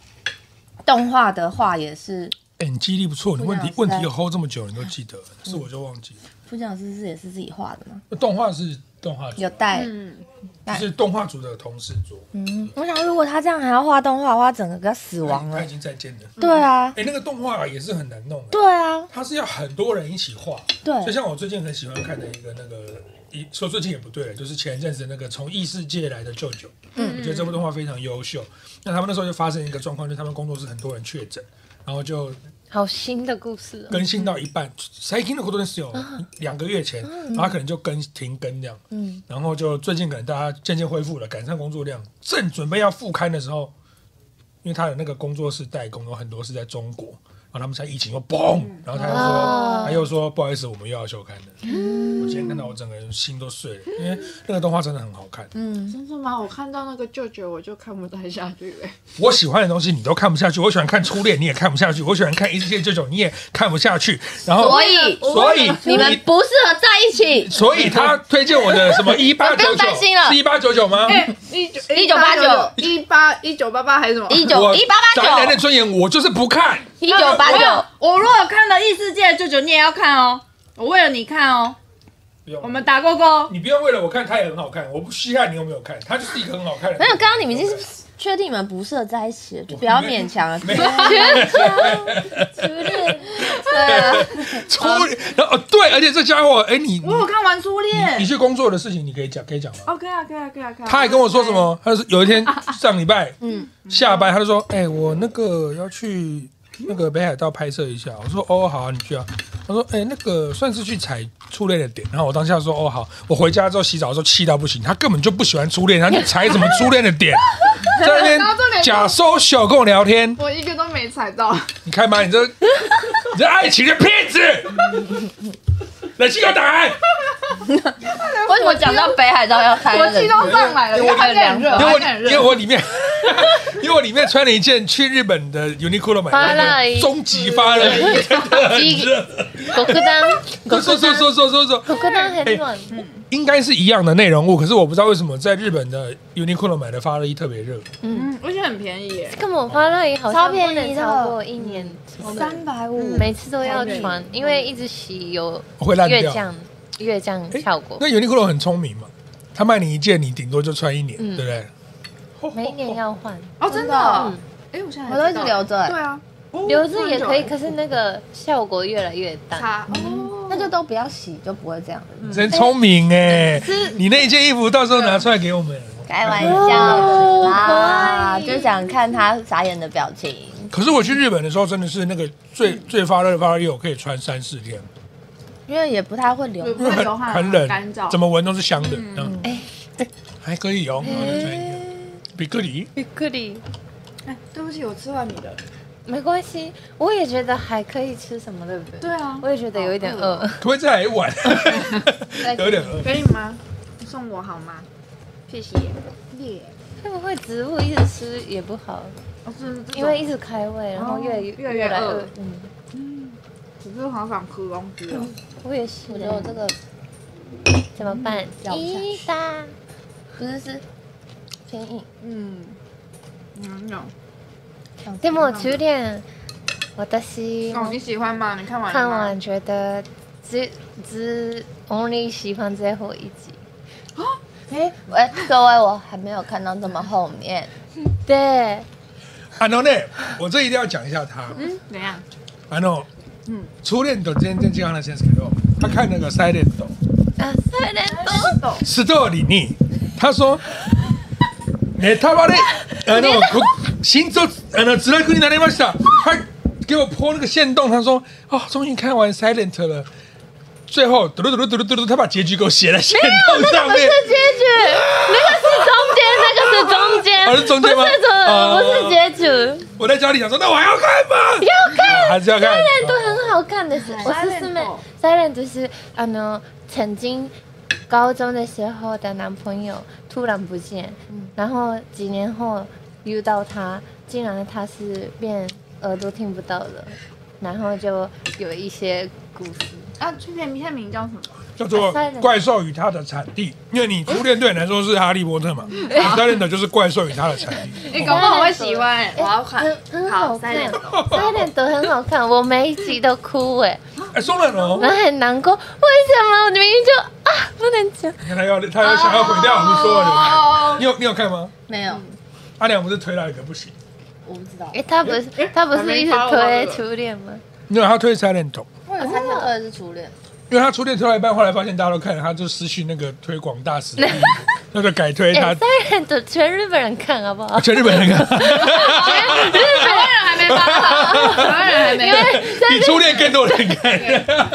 S4: 动画的话也是，
S1: 哎，你记忆力不错，你问题
S4: 不
S1: 问
S4: 知道
S1: 题 hold 这么久，你都记得，是我就忘记了。
S4: 副讲师是也是自己画的吗？
S1: 那动画是动画组
S4: 有，带，
S2: 嗯，
S1: 是动画组的同事做，
S4: 嗯，我想如果他这样还要画动画的话，整个给他死亡
S1: 他
S4: 了
S5: 哎
S1: 已。经在建了。
S4: 对啊，
S1: 哎，那个动画也是很难弄的。
S4: 对啊，
S1: 它是要很多人一起画，
S4: 对
S1: 就像我最近很喜欢看的一个那个，一说最近也不对了，就是前一阵子那个从异世界来的舅舅，嗯，我觉得这部动画非常优秀。那他们那时候就发生一个状况，就是他们工作室很多人确诊，然后就
S3: 好新的故事哦，
S1: 更新到一半，最近的ことですよ，两个月前，然后他可能就更停更这样，嗯，然后就最近可能大家渐渐恢复了，赶上工作量，正准备要复刊的时候，因为他的那个工作室代工有很多是在中国，然后他们在疫情又嘣，然后他又说，
S3: 哦
S1: 他又说不好意思，我们又要休刊了。我今天看到我整个人心都碎了，因为那个动画真的很好看，
S2: 真的吗？我看到那个舅舅我就看不太下去了。
S1: 我喜欢的东西你都看不下去，我喜欢看初恋你也看不下去，我喜欢看一世界舅舅你也看不下去，然后
S5: 所以
S1: 所以
S5: 你们不适合在一起。
S1: 所以他推荐我的什
S5: <laughs>
S1: 么一八
S5: 不
S1: 九
S5: 用
S1: 九
S5: 担心了，嗯
S1: 是一八九九吗？
S2: <laughs> 一九
S5: 1989
S2: 一八一九八八还是什么？
S5: 一
S1: 我
S5: 九一八
S1: 宅
S5: 八
S1: 男的
S5: 九，
S1: 尊严我就是不看，
S5: 一九八九，
S6: 我如果看了异世界的舅舅，你也要看哦。我为了你看哦，我们打勾勾。
S1: 你不要为了我看，他也很好看，我不稀罕你有没有看，他就是一个很好看的。
S4: 没有，刚刚你们已经
S1: <laughs>
S4: 是确定你们不适合在一起了，就不要勉强了。
S1: 没
S4: 对
S1: 有
S4: 啊，
S1: 初恋，然后哦对，而且这家伙，哎你
S6: 我有看完初
S1: 你
S6: 恋。
S1: 去工作的事情你可以讲可以讲吗？
S6: 哦，可以啊，可以啊，可以啊，可以啊。
S1: 他还跟我说什么？他是有一天上礼拜，啊嗯，下班他就说，哎、我那个要去那个北海道拍摄一下。我说，哦，好啊，你去啊。他说，哎、那个算是去踩初恋的点。然后我当下说，哦，好。我回家之后洗澡的时候气到不行，他根本就不喜欢初恋，他去踩什么初恋的 <laughs> 点，在那边假 social 跟我聊天。
S2: 我一个都没踩到，
S1: 你看吧，你这你这爱情的骗 <laughs> 子，冷气给我打开。
S4: 为什么讲到北海道要开？
S2: 我气都上来了，
S4: 因为
S2: 因为
S4: 我
S2: 还在很热，
S1: 因为我
S2: 还在很
S1: 因为
S2: 热。
S1: 我里面 <laughs> 因为我里面穿了一件去日本的 Uniqlo 买
S3: 发
S1: 的
S3: 热
S1: 那
S3: 衣嗯
S1: 个终极发热衣，真的很热。
S3: ごくだん、
S1: <laughs>
S3: ご
S1: 说
S3: くだ
S1: 说说
S3: ん、
S1: 说说说，
S3: ごくだん很暖。
S1: 应该是一样的内容物，可是我不知道为什么在日本的 Uniqlo 买的发热衣特别热。
S6: 嗯，而且很便宜耶。
S3: 跟我发热衣好像
S5: 超
S3: 不
S5: 便宜
S3: 能
S5: 的
S3: 超过一年，
S2: 嗯
S4: 三百五，
S3: 每次都要穿，因为一直洗有
S1: 会烂掉哎
S3: 越降越降效果。
S1: 那 Uniqlo 很聪明嘛，他卖你一件，你顶多就穿一年，
S3: 嗯
S1: 对不对？
S3: 每一年要换，
S6: 哦，真的
S4: 嗯
S6: 哦？哎，我现在还
S4: 我都一直
S6: 知道
S4: 留。着、欸
S6: 对啊，哦
S3: 留着也可以，
S6: 很久
S3: 可是那个效果越来越
S6: 哎
S3: 淡。
S6: 差哦。
S4: 那就都不要洗，就不会这样。
S1: 真聪明哎、你那件衣服到时候拿出来给我们。
S4: 开玩笑啦，就想看他傻眼的表情。
S1: 可是我去日本的时候，真的是那个最最发热的发热衣，我可以穿三四天，
S4: 因为也不太会流
S6: 对，不
S1: 因为
S6: 会
S1: 很
S6: 流汗啊，
S1: 很冷
S6: 干燥，
S1: 怎么闻都是香的。嗯，
S3: 哎
S1: 还可以哦，然后就穿一件。比克里，
S3: びっくり。
S6: 哎，对不起，我吃完你的。
S3: 没关系，我也觉得还可以吃什么，对不对？
S6: 对啊
S3: 我也觉得有一点饿。
S1: 可不可以再来一碗？有点饿。
S2: 可以吗？你送我好吗？谢谢。耶，
S3: 会不会植物一直吃也不好？
S2: 哦，是这
S3: 因为一直开胃，然后越、
S2: 越哦来越
S3: 来
S2: 饿
S3: 嗯，
S2: 只是好想吃东西哦。
S3: 我也是。我觉得我这个怎么办？
S4: 咬不下去
S3: 一打
S4: 不是是偏硬。
S2: 嗯，嗯，有。
S3: でも中恋，私
S2: 哦，你喜欢吗？你看完了
S3: 看
S2: 吗
S3: 完觉得只只 only 喜欢最后一集。
S4: 哎、喂，各位，我还没有看到这么后面。
S3: 对，
S1: 阿诺内，我这一定要讲一下他。
S2: 嗯，怎样？
S1: 阿诺，嗯
S2: 嗯，
S1: 初恋的今天健康的先生给我，他看那个 Silent
S3: 啊，虽然
S1: ストーリーに他说ネタバレあのこ心臓あの辛くになりました。他给我泼那个线洞，他说哦，终于看完 Silent 了。最后嘟噜嘟噜嘟噜嘟噜，他把结局给我写在线洞上面。
S3: 结局，那个是中间，那个是中间，
S1: 哦是中间吗
S3: 不是中，
S1: 哦
S3: 不是结局，
S1: 我在家里想说，那我还要看吗？
S3: 要看
S1: 啊还是要看？
S3: Silent 都很好看的，我是是妹 Silent 是啊呢，曾经高中的时候的男朋友突然不见，然后几年后遇到他，竟然他是变耳朵听不到了，然后就有一些故事。
S2: 啊，去片片名叫什么？
S1: 叫做《怪兽与它的产地》，因为你初恋对你来说是《哈利波特》嘛，你 Silent 就是《怪兽与它的产地》。
S6: 哎，搞不好我会喜欢哎，我要看。
S3: 很很好
S6: 好
S3: 看
S6: Silent
S3: ，Silent 很好看，我每一集都哭哎、
S1: 哎，松了哦，
S3: 然后很难过，为什么我明明就啊不能讲？
S1: 你看他要他要想要毁掉我们所有的人。你有你有看吗？
S4: 没有，
S1: 阿良不是推了一个不行，
S4: 我不知道。
S3: 哎，他不是他不是一直推初恋吗？
S1: 因为他推 Silent，Talk，
S4: 我有参加过的是初恋，
S1: 因为他初恋推到一半，后来发现大家都看了，他就失去那个推广大使，那就改推 <laughs> 他。
S3: 哎，Silent 全日本人看好不
S1: <laughs>
S3: 好？
S1: 全日本人看，
S3: <laughs>
S6: 还没发到，台湾人还没
S3: 因为
S1: 比初恋更多人看。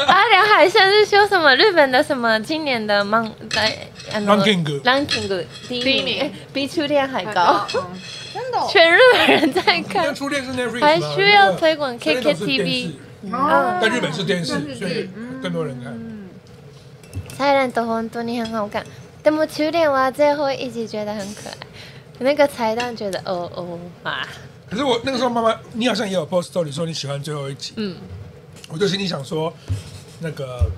S3: 阿良海甚至说什么日本的什么今年的漫哎啊那个
S1: Ranking
S3: ranking 第
S6: 第
S3: 一
S6: 一
S3: 名，
S6: 名
S3: 哎比初恋还高，
S6: 嗯
S4: 真的、
S3: 全日本人在
S1: 因为 <laughs>
S3: 看，
S1: 初恋是 Netflix，
S3: 还需要推广
S1: 初恋都是电视
S3: KKTV。
S1: 但日本是电
S3: 嗯
S1: 视，所以更多人看。
S3: サイレント本当に很好看，でも初恋は最后一集觉得很可爱，那个彩蛋觉得哦哦啊，
S1: 可是我那个时候妈妈，你好像也有 post story 说你喜欢最后一集，
S3: 嗯，
S1: 我就心里想说，那个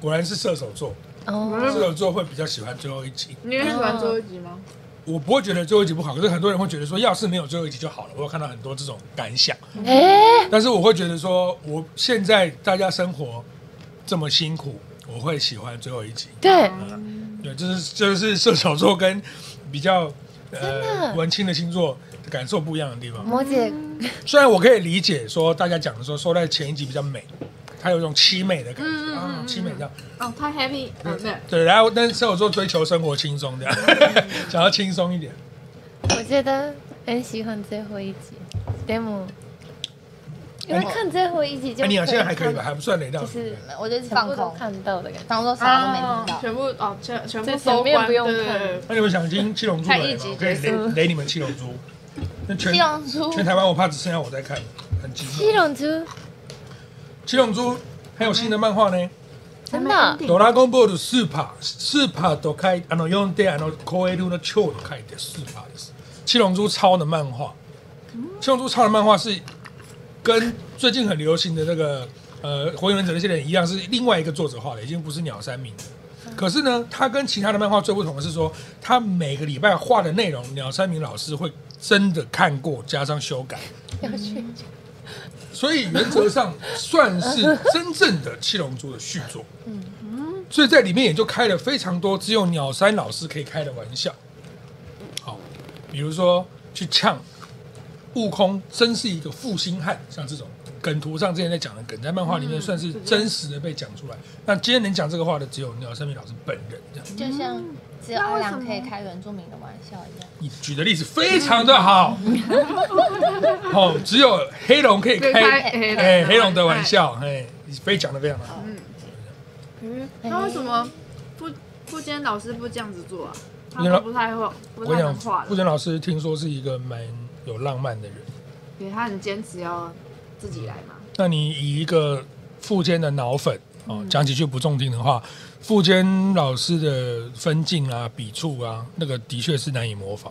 S1: 果然是射手座，
S3: 哦，
S1: 射手座会比较喜欢最后一集。
S2: 你会喜欢最后一集吗？
S1: 我不会觉得最后一集不好，可是很多人会觉得说，要是没有最后一集就好了。我有看到很多这种感想，
S3: 哎，
S1: 但是我会觉得说，我现在大家生活这么辛苦，我会喜欢最后一集。
S3: 对，
S1: 对，这是这是射手座跟比较呃
S3: 的
S1: 文青的星座的感受不一样的地方。
S3: 摩姐
S1: 虽然我可以理解说大家讲的说说在前一集比较美，它有一种凄美的感觉啊，凄美这样。
S2: 哦，太 happy，嗯，对，
S1: 对，然后但是射手座追求生活轻松这 <laughs> 样，想要轻松一点。
S3: 我觉得很喜欢最后一集，でも因为看最后一集就
S1: 哎，你好，现在还可以吧？
S3: 看
S1: 还不算雷到
S3: 就
S1: 你。
S3: 是
S4: 我就是
S3: 全
S4: 放
S3: 部都
S4: 空，
S3: 看到的感觉，
S4: 当做啥都没
S2: 啊
S4: 听，到。
S2: 全部哦，全全部
S3: 这
S2: 收
S3: 前面
S2: 官，
S3: 不用
S2: 对对
S3: 看
S2: 对
S1: 那你们想听七龙珠来吗
S2: 看一集
S1: 我可以
S2: 结
S1: 雷
S2: 束
S1: 雷你们七龙珠。那全
S4: 七龙珠
S1: 全台湾我怕只剩下我在看，很寂
S3: 七
S1: 寞。
S3: 龙珠
S1: 七龙珠还有新的漫画呢，
S3: 真的
S1: 《ドラゴンボールスーパー」スーパーと書いてあの読んであの超えるの超と書いてスーパーです。七龙珠超的漫画，七龙珠超的漫画是跟最近很流行的那个呃《火影忍者》那些人一样，是另外一个作者画的，已经不是鸟山明了。可是呢，他跟其他的漫画最不同的是说，他每个礼拜画的内容，鸟山明老师会真的看过，加上修改。所以原则上算是真正的《七龙珠》的续作。嗯所以在里面也就开了非常多只有鸟山老师可以开的玩笑。好，比如说去呛悟空真是一个负心汉，像这种梗图上之前在讲的梗，在漫画里面算是真实的被讲出来。那今天能讲这个话的只有鸟山明老师本人这样。
S5: 就
S4: <laughs>
S5: 像只有阿良可以开原住民的玩笑一样。
S1: 你举的例子非常的 <laughs> 好，哦，只有黑龙可以
S2: 对
S1: 开
S2: 黑
S1: 哎黑龙的玩。笑，哎，非讲的非常的好。
S2: 嗯那为什么不不坚老师不这样子做啊？他
S1: 不
S2: 都不太会，不
S1: 我跟
S2: 太
S1: 你
S2: 能
S1: 讲
S2: 画，
S1: 顾
S2: 的，
S1: 晨老师听说是一个蛮有浪漫的人。
S2: 对他很坚持要自己来嘛。
S1: 那你以一个富坚的脑粉哦，讲几句不中听的话，富坚老师的分镜啊、笔触啊，那个的确是难以模仿。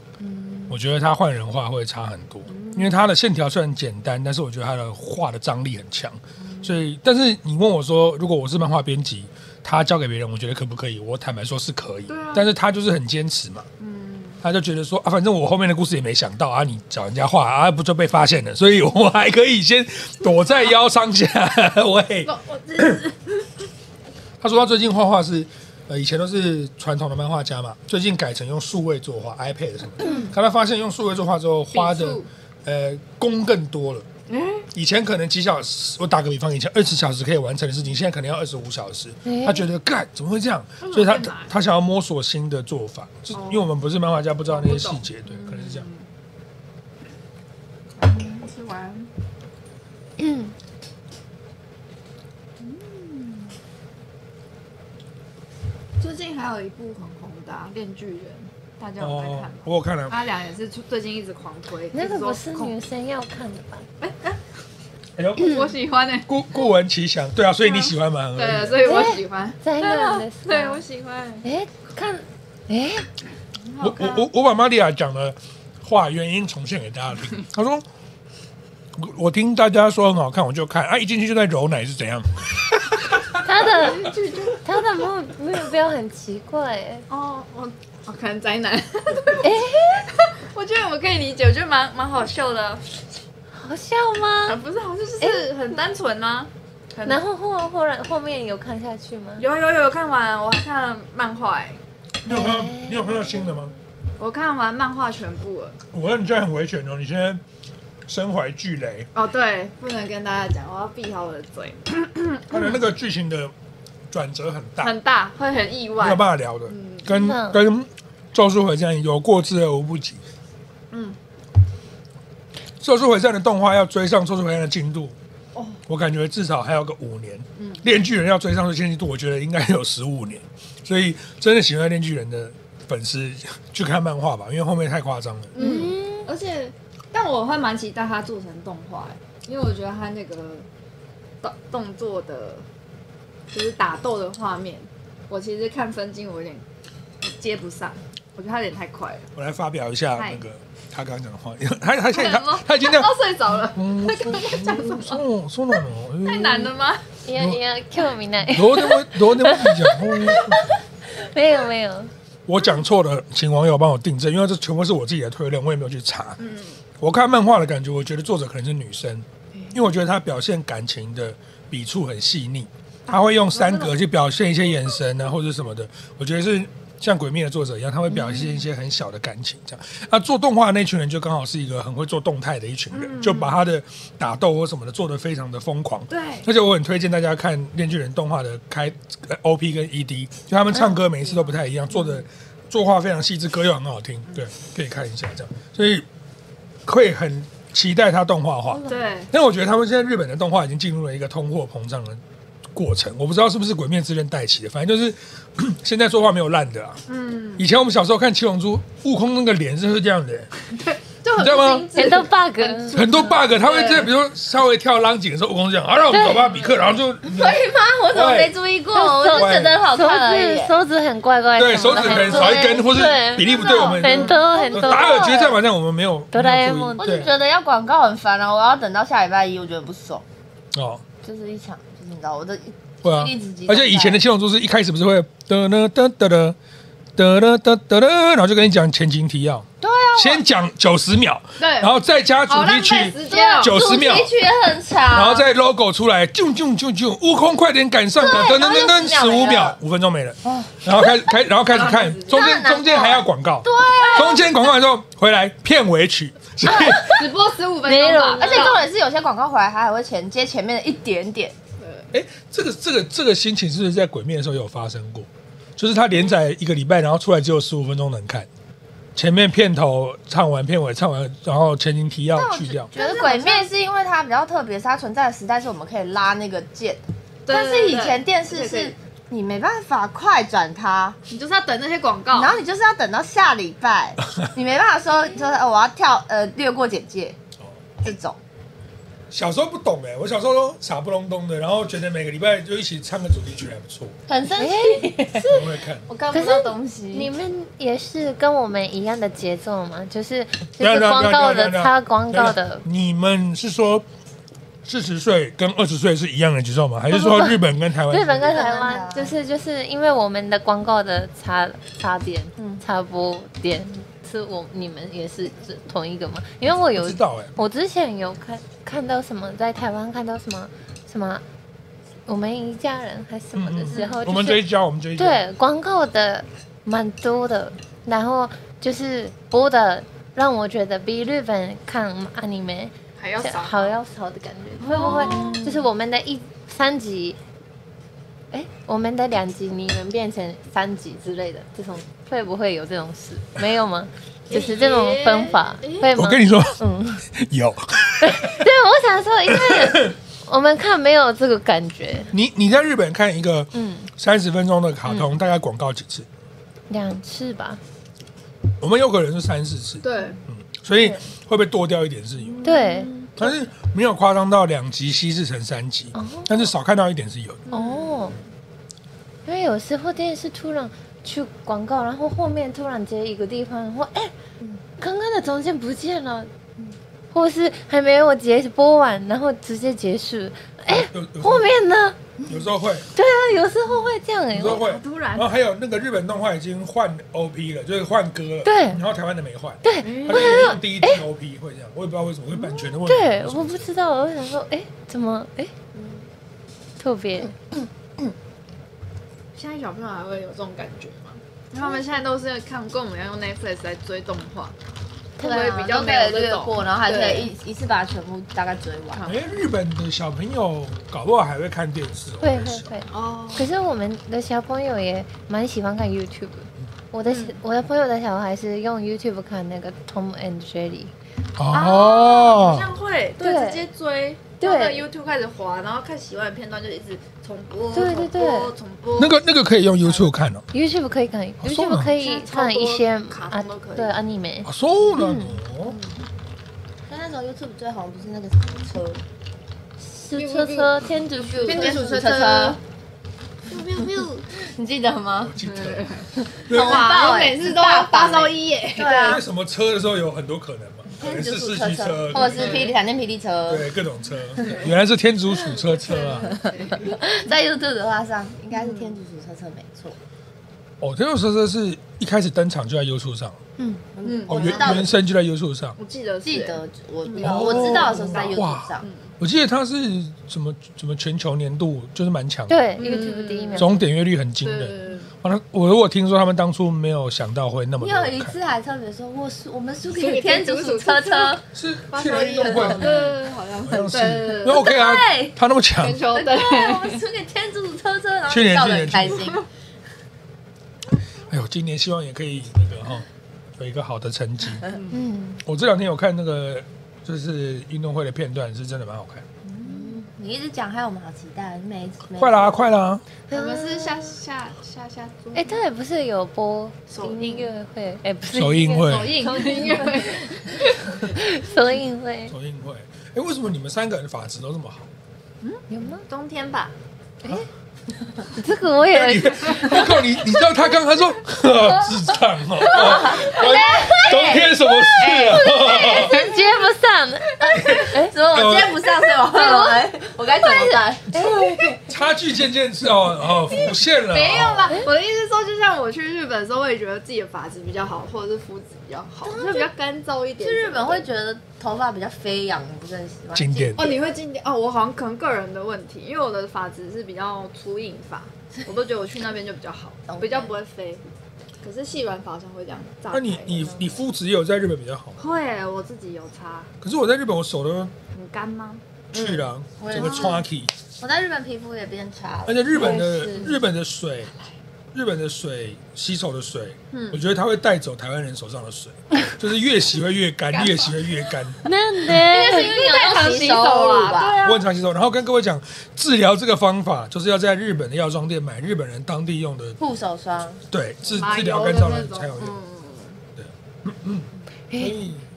S1: 我觉得他换人画会差很多，因为他的线条虽然简单，但是我觉得他的画的张力很强。所以，但是你问我说，如果我是漫画编辑，他交给别人，我觉得可不可以？我坦白说是可以，
S2: 对啊嗯
S1: 但是他就是很坚持嘛。他就觉得说啊，反正我后面的故事也没想到啊，你找人家画啊，不就被发现了？所以我还可以先躲在腰上下。 <laughs> 喂，他说他最近画画是，呃，以前都是传统的漫画家嘛，最近改成用数位作画，iPad 什么的。他们发现用数位作画之后，花的呃工更多了。以前可能几小时，我打个比方，以前二十小时可以完成的事情，现在可能要二十五小时。他觉得干怎么会这样？所以他他他想要摸索新的做法，就因为我们不是漫画家，不知道那些细节，对，可能是这样。
S2: 吃完嗯最近还有一部很红的啊《恋巨人》，大家有在
S1: 哦
S2: 嗯看吗，？
S1: 我有看了，
S2: 他俩也是出最近一直狂推，
S3: 那
S2: 一直
S3: 个
S2: 说
S3: 不是女生要看的吧？
S1: 哎呦，
S2: 我喜欢诶，
S1: 顾顾闻其详，对啊，所以你喜欢吗？
S2: 对，所以我喜欢，
S3: 在那的
S2: 对我喜欢，
S3: 哎看，哎
S1: 我
S2: 啊
S1: 我我我把玛利亚讲的话原因重现给大家听。他说：“我我听大家说很好看，我就看啊，一进去就在揉奶是怎样？
S3: 他的他的目目标很奇怪哎，
S2: 哦，我我可能宅男，
S3: 哎
S2: <laughs> 我觉得我可以理解，我觉得蛮蛮好笑的，
S3: 好笑吗？
S2: 啊 <laughs> 不是好笑就是很单纯啊，很
S3: 然后后后来后面有看下去吗？
S2: 有有有看完，我还看了漫画诶，
S1: 你有看到你有看到新的吗？
S2: 我看完漫画全部了。
S1: 我觉得你现在很危险哦，你现在身怀巨雷，
S2: 哦，对，不能跟大家讲，我要闭好我的嘴，
S1: 他的那个剧情的转折很大，
S2: 很大，会很意
S1: 没
S2: 外
S1: 有办。法聊的，跟
S3: 嗯
S1: 跟《咒术回战》有过之而无不及。
S2: 嗯，
S1: 《咒术回战》的动画要追上《咒术回战》的进度，我感觉至少还有个五年。嗯，《炼巨人》要追上这进度，我觉得应该有十五年。所以，真的喜欢《炼巨人》的粉丝去看漫画吧，因为后面太夸张了。
S6: 嗯，而且，但我会蛮期待它做成动画、因为我觉得它那个
S2: 动动作的，就是打斗的画面，我其实看分镜我有点接不上，我觉得他有点太快了，
S1: 我来发表一下
S2: 嗨
S1: 那个他刚刚讲的话，他他现在
S2: 什么
S1: 他他已经这样
S2: <laughs> 都。睡着了，
S1: 嗯，そうそうなの。
S2: 太难了吗？
S3: いやいや興味ない。
S1: どうでもどうでもいいじゃんうん。
S3: <laughs> 没有没有，
S1: 我讲错了，请网友帮我订正，因为这全部是我自己的推论，我也没有去查。我看漫画的感觉，我觉得作者可能是女生，因为我觉得她表现感情的笔触很细腻，她会用三格去表现一些眼神啊或者什么的。我觉得是像《鬼灭》的作者一样，他会表现一些很小的感情这样。那做动画的那群人就刚好是一个很会做动态的一群人，就把他的打斗或什么的做得非常的疯狂。
S2: 对，
S1: 而且我很推荐大家看《恋巨人》动画的开呃 OP 跟 ED，就他们唱歌每一次都不太一样，做的作画非常细致，歌又很好听，对，可以看一下这样，所以会很期待它动画化。
S2: 对，
S1: 但我觉得他们现在日本的动画已经进入了一个通货膨胀的过程，我不知道是不是《鬼灭之刃》带起的，反正就是现在作画没有烂的啊。
S2: 嗯，
S1: 以前我们小时候看《七龙珠》，悟空那个脸就是这样的、
S2: 就
S1: 你知道吗？
S3: 很多 bug，
S1: 很多 bug，他会在比如说稍微跳浪景的时候，我跟你讲，啊好，让我们走吧，比克，然后就
S4: 对吗？哎我怎么没注意过？我就觉得好
S3: 手
S4: 看而
S3: 指
S4: 已。
S3: 手指很怪怪的，
S1: 对手指可能少一根，或是比例不对，我们
S3: 很多很多。
S1: 呃打耳结在晚上我们没有
S3: 哆啦 A 梦
S4: 我
S1: 对
S4: 只觉得要广告很烦啊，我要等到下礼拜一，我觉得不爽，
S1: 哦，
S4: 就是一场，就是你知道我的
S1: 对啊
S4: 注意力只集，中
S1: 而且以前的七龙珠是一开始不是会噔噔噔噔噔噔噔噔噔，然后就跟你讲前情提要，
S4: 对啊，
S1: 先讲九十秒，
S5: 对，
S2: 嗯
S1: 然后再加主
S5: 好
S1: 题
S5: 浪费
S1: 曲
S5: 时间哦。
S1: 九十秒
S4: 啊主。题曲也很长，
S1: 然后再 logo 出来，啾啾啾啾，悟空快点赶上！噔噔噔噔，十五秒，五分钟没了。 <laughs> 然后开始开，然后开始看，中间中间还要广告，对，中间广告完之后回来片尾曲，所以
S5: 直播十五分
S3: 没
S5: 钟
S3: 有
S5: 吧，
S4: 而且重点是有些广告回来，它还会前接前面的一点点。
S1: 哎，这个这个这个心情是不是在《鬼面》的时候有发生过？就是它连载一个礼拜，然后出来只有十五分钟能看，前面片头唱完，片尾唱完，然后前情提要去掉。
S4: 觉得鬼面是因为它比较特别，是它存在的时代是我们可以拉那个键，
S5: 对
S4: 但是以前电
S2: 对
S4: 视
S2: 对
S4: 是你没办法快转它，
S5: 你就是要等那些广告，
S4: 然后你就是要等到下礼
S5: <laughs>
S4: 拜，你没办法说说哦我要跳呃略过简介这种。
S1: 小时候不懂哎、我小时候都傻不隆咚的，然后觉得每个礼拜就一起唱个主题曲还不错，
S4: 很生气，
S3: 哎
S1: 我会看。
S4: 哎我看
S3: 可
S4: 不
S3: 是
S4: 到东西。
S3: 你们也是跟我们一样的节奏吗？就是
S1: 不
S3: 就
S1: 要
S3: 是
S1: 不要
S3: 广
S1: 不要
S3: 告
S1: 不要
S3: 的
S1: 不要
S3: 插广告的，
S1: 你们是说四十岁跟二十岁是一样的节奏吗？还是说日本跟台湾？
S3: 日本跟台
S4: 日本跟台湾
S3: 湾就是就是因为我们的广告的插插点、
S4: 嗯
S3: 插播点是我你们也是这同一个吗？因为我
S1: 不
S3: 有
S1: 知道哎、
S3: 我之前有看看到什么在台湾看到什么什么我们一家人还是什么的时候，
S1: 嗯我们
S3: 就是
S1: 追焦，我们追焦。，
S3: 对广告的蛮多的，然后就是播的让我觉得比日本看 anime
S5: 还要少。
S3: 好要少的感觉，会不会就是我们的一三集，哎，我们的两集你们变成三集之类的，这种会不会有这种事？没有
S5: <laughs>
S3: 吗？就是这种分法会吗？
S1: 我跟你说，
S3: 嗯，
S1: <laughs> 有
S3: <laughs> 对，我想说，因为我们看没有这个感觉，
S1: 你你在日本看一个
S3: 嗯，
S1: 三十分钟的卡通，大概广告几次？
S3: 两次吧，
S1: 我们有可能是三四次，嗯
S2: 对，
S1: 所以会不会多掉一点是有，
S3: 对，
S1: 但是没有夸张到两集稀释成三集
S3: 哦，
S1: 但是少看到一点是有的。
S3: 哦，因为有时候电视突然去广告，然后后面突然接一个地方，然后哎，刚刚的中间不见了，或是还没有结播完，然后直接结束，哎，
S1: 有有时候
S3: 后面呢？
S1: 有时候会，
S3: 对啊，有时候会这样哎
S1: 有时，候会。
S2: 突
S1: 然
S2: 然
S1: 后还有那个日本动画已经换 OP 了，就是换歌了。
S3: 对
S1: 然后台湾的没换。
S3: 对，嗯
S1: 他就是用第一集 OP 会这样，我也不知道为什么会版权的问题。
S3: 哎对，我不知道，我想说，哎，怎么哎，特别
S2: 现在小朋友还会有这种感觉吗？他们现在都是看跟我们一样用 Netflix 来追动画，
S4: 对
S2: 会不
S4: 啊
S2: 会比较
S4: 都
S2: 没
S4: 可以
S2: 有这
S4: 略
S2: 种
S4: 过，然后还可
S2: 对
S4: 以一一次把它全部大概追完。
S1: 哎，日本的小朋友搞不好还会看电视哦。
S3: 会
S1: 我在
S3: 会
S1: 想
S3: 会。
S2: 哦，
S3: 可是我们的小朋友也蛮喜欢看 YouTube，我的、我的朋友的小孩是用 YouTube 看那个 Tom and Jerry，啊
S2: 好
S1: 哦，
S2: 像会对
S3: 对
S2: 直接追，
S3: 对
S2: 然后在 YouTube 开始滑，然后看喜欢的片段就一直重播，
S3: 对对对
S2: 重播重播
S1: 那个那个可以用 YouTube 看哦。
S3: YouTube 可以看
S1: 哦そうなの
S3: ，YouTube 可以看一些
S2: 现在超多卡通都可以哦
S3: 对 anime，
S1: 啊，そうなの？
S4: 那那时候 YouTube 最红不是那个什么车，
S3: 是车车天竺鼠，
S4: 天竺鼠车
S2: 车
S4: 车
S2: 车，
S4: <laughs> 你记得吗
S1: 我？记得。
S4: 哇
S5: 我每次都要发烧一耶，
S4: 对
S1: 因
S4: 啊
S1: 为，什么车的时候有很多可能嘛，可能
S4: 天竺
S1: 是
S4: 鼠
S1: 四
S4: 车
S1: 驱
S4: 车
S5: <laughs>
S1: 车，
S4: 或者是霹雳闪电霹雳车，
S1: 对各种车，原来是天竺鼠车车啊！
S4: 在 YouTube 的话上应该是天竺鼠车车没错。
S1: 哦，天竺鼠车车是一开始登场就在 YouTube 上，
S2: 嗯，
S1: 哦，
S4: 我
S1: 原
S4: 知道的
S1: 原声就在 YouTube 上。
S2: 我记得是
S4: 记得我有
S1: 哦
S4: 我知道的时候是在
S1: 哇
S4: YouTube 上，
S1: 我记得它是什么什么全球年度就是蛮强的，
S3: 对
S2: 嗯
S3: YouTube 第一名，
S1: 总点阅率很惊
S2: 对对
S1: 人。
S2: 对
S1: 完了，我如果听说他们当初没有想到会那么
S4: 你
S1: 多人
S4: 有
S1: 看
S4: 一次还特别说，我输，我们输给你天竺鼠车车，
S1: 是去年运动会
S2: 对
S1: 吗，
S2: 对，好像
S1: 好像
S2: 对
S1: 是
S2: 对，
S1: 那 OK 啊
S4: 对，
S1: 他那么强
S2: 全，球对，
S4: 我们输给天竺鼠车车，然后
S1: 去年
S4: 笑得很
S1: 去年
S4: 开
S1: 去
S4: 心。
S1: 哎呦，今年希望也可以那个哈，有一个好的成绩。
S3: 嗯，
S1: 我这两天有看那个就是运动会的片段，是真的蛮好看。
S5: 你一直讲，害我们好期待，每一每一
S1: 快啦、快啦、
S2: 我们是下下下下周
S3: 哎，他也不是有播
S2: 首映
S3: 音乐会，哎，不是
S1: 首映会，
S2: 首映音乐会，
S3: 首映会
S1: 首映会。哎，为什么你们三个人发质都这么好？
S3: 有吗？
S5: 冬天吧，
S3: 这个我
S1: 哎
S3: <laughs> 也
S1: 不够你，你知道他刚刚说呵智障哦，哦我冬天什么事啊？
S3: 接不上，
S5: 所以
S1: 哦
S2: 哦
S5: 我接不上，所以我我我该怎么办？
S1: 差距渐渐是哦哦浮现了，
S2: 没有
S1: 哦
S2: 吧？我的意思是说，就像我去日本的时候，我也觉得自己的发质比较好，或者是肤质比较好，就比较干燥一点。
S5: 去日本会觉得头发比较飞扬，我不是很喜欢。
S1: 经典
S2: 哦，你会进哦，我好像可能个人的问题，因为我的发质是比较粗硬发，我都觉得我去那边就比较好，比较不会飞。可是细软发好像会这样炸开。
S1: 那你你你肤质也有在日本比较好吗？
S2: 会，我自己有擦，
S1: 可是我在日本，我手都
S2: 很干吗？
S1: 去
S2: 嗯
S1: 了，
S5: 我也
S1: 整个
S5: 是
S1: chunky，
S5: 我在日本皮肤也变差
S1: 而
S5: 了，
S1: 且日本的
S3: 我也是
S1: 日本的水，日本的水洗手的水，
S2: 嗯
S1: 我觉得它会带走台湾人手上的水， <laughs> 就是越洗会越干，越洗会越干。
S3: なん
S5: 啊
S3: で？
S5: 你有用洗手啊乳吧？
S1: 我很常洗手，然后跟各位讲，治疗这个方法就是要在日本的药妆店买日本人当地用的，
S5: 护手霜，
S1: 对治
S2: 麻
S1: 治疗
S2: 油
S1: 干
S2: 的
S1: 燥
S2: 那
S1: 的才有
S2: 种，
S1: 用。
S2: 嗯，
S1: 哎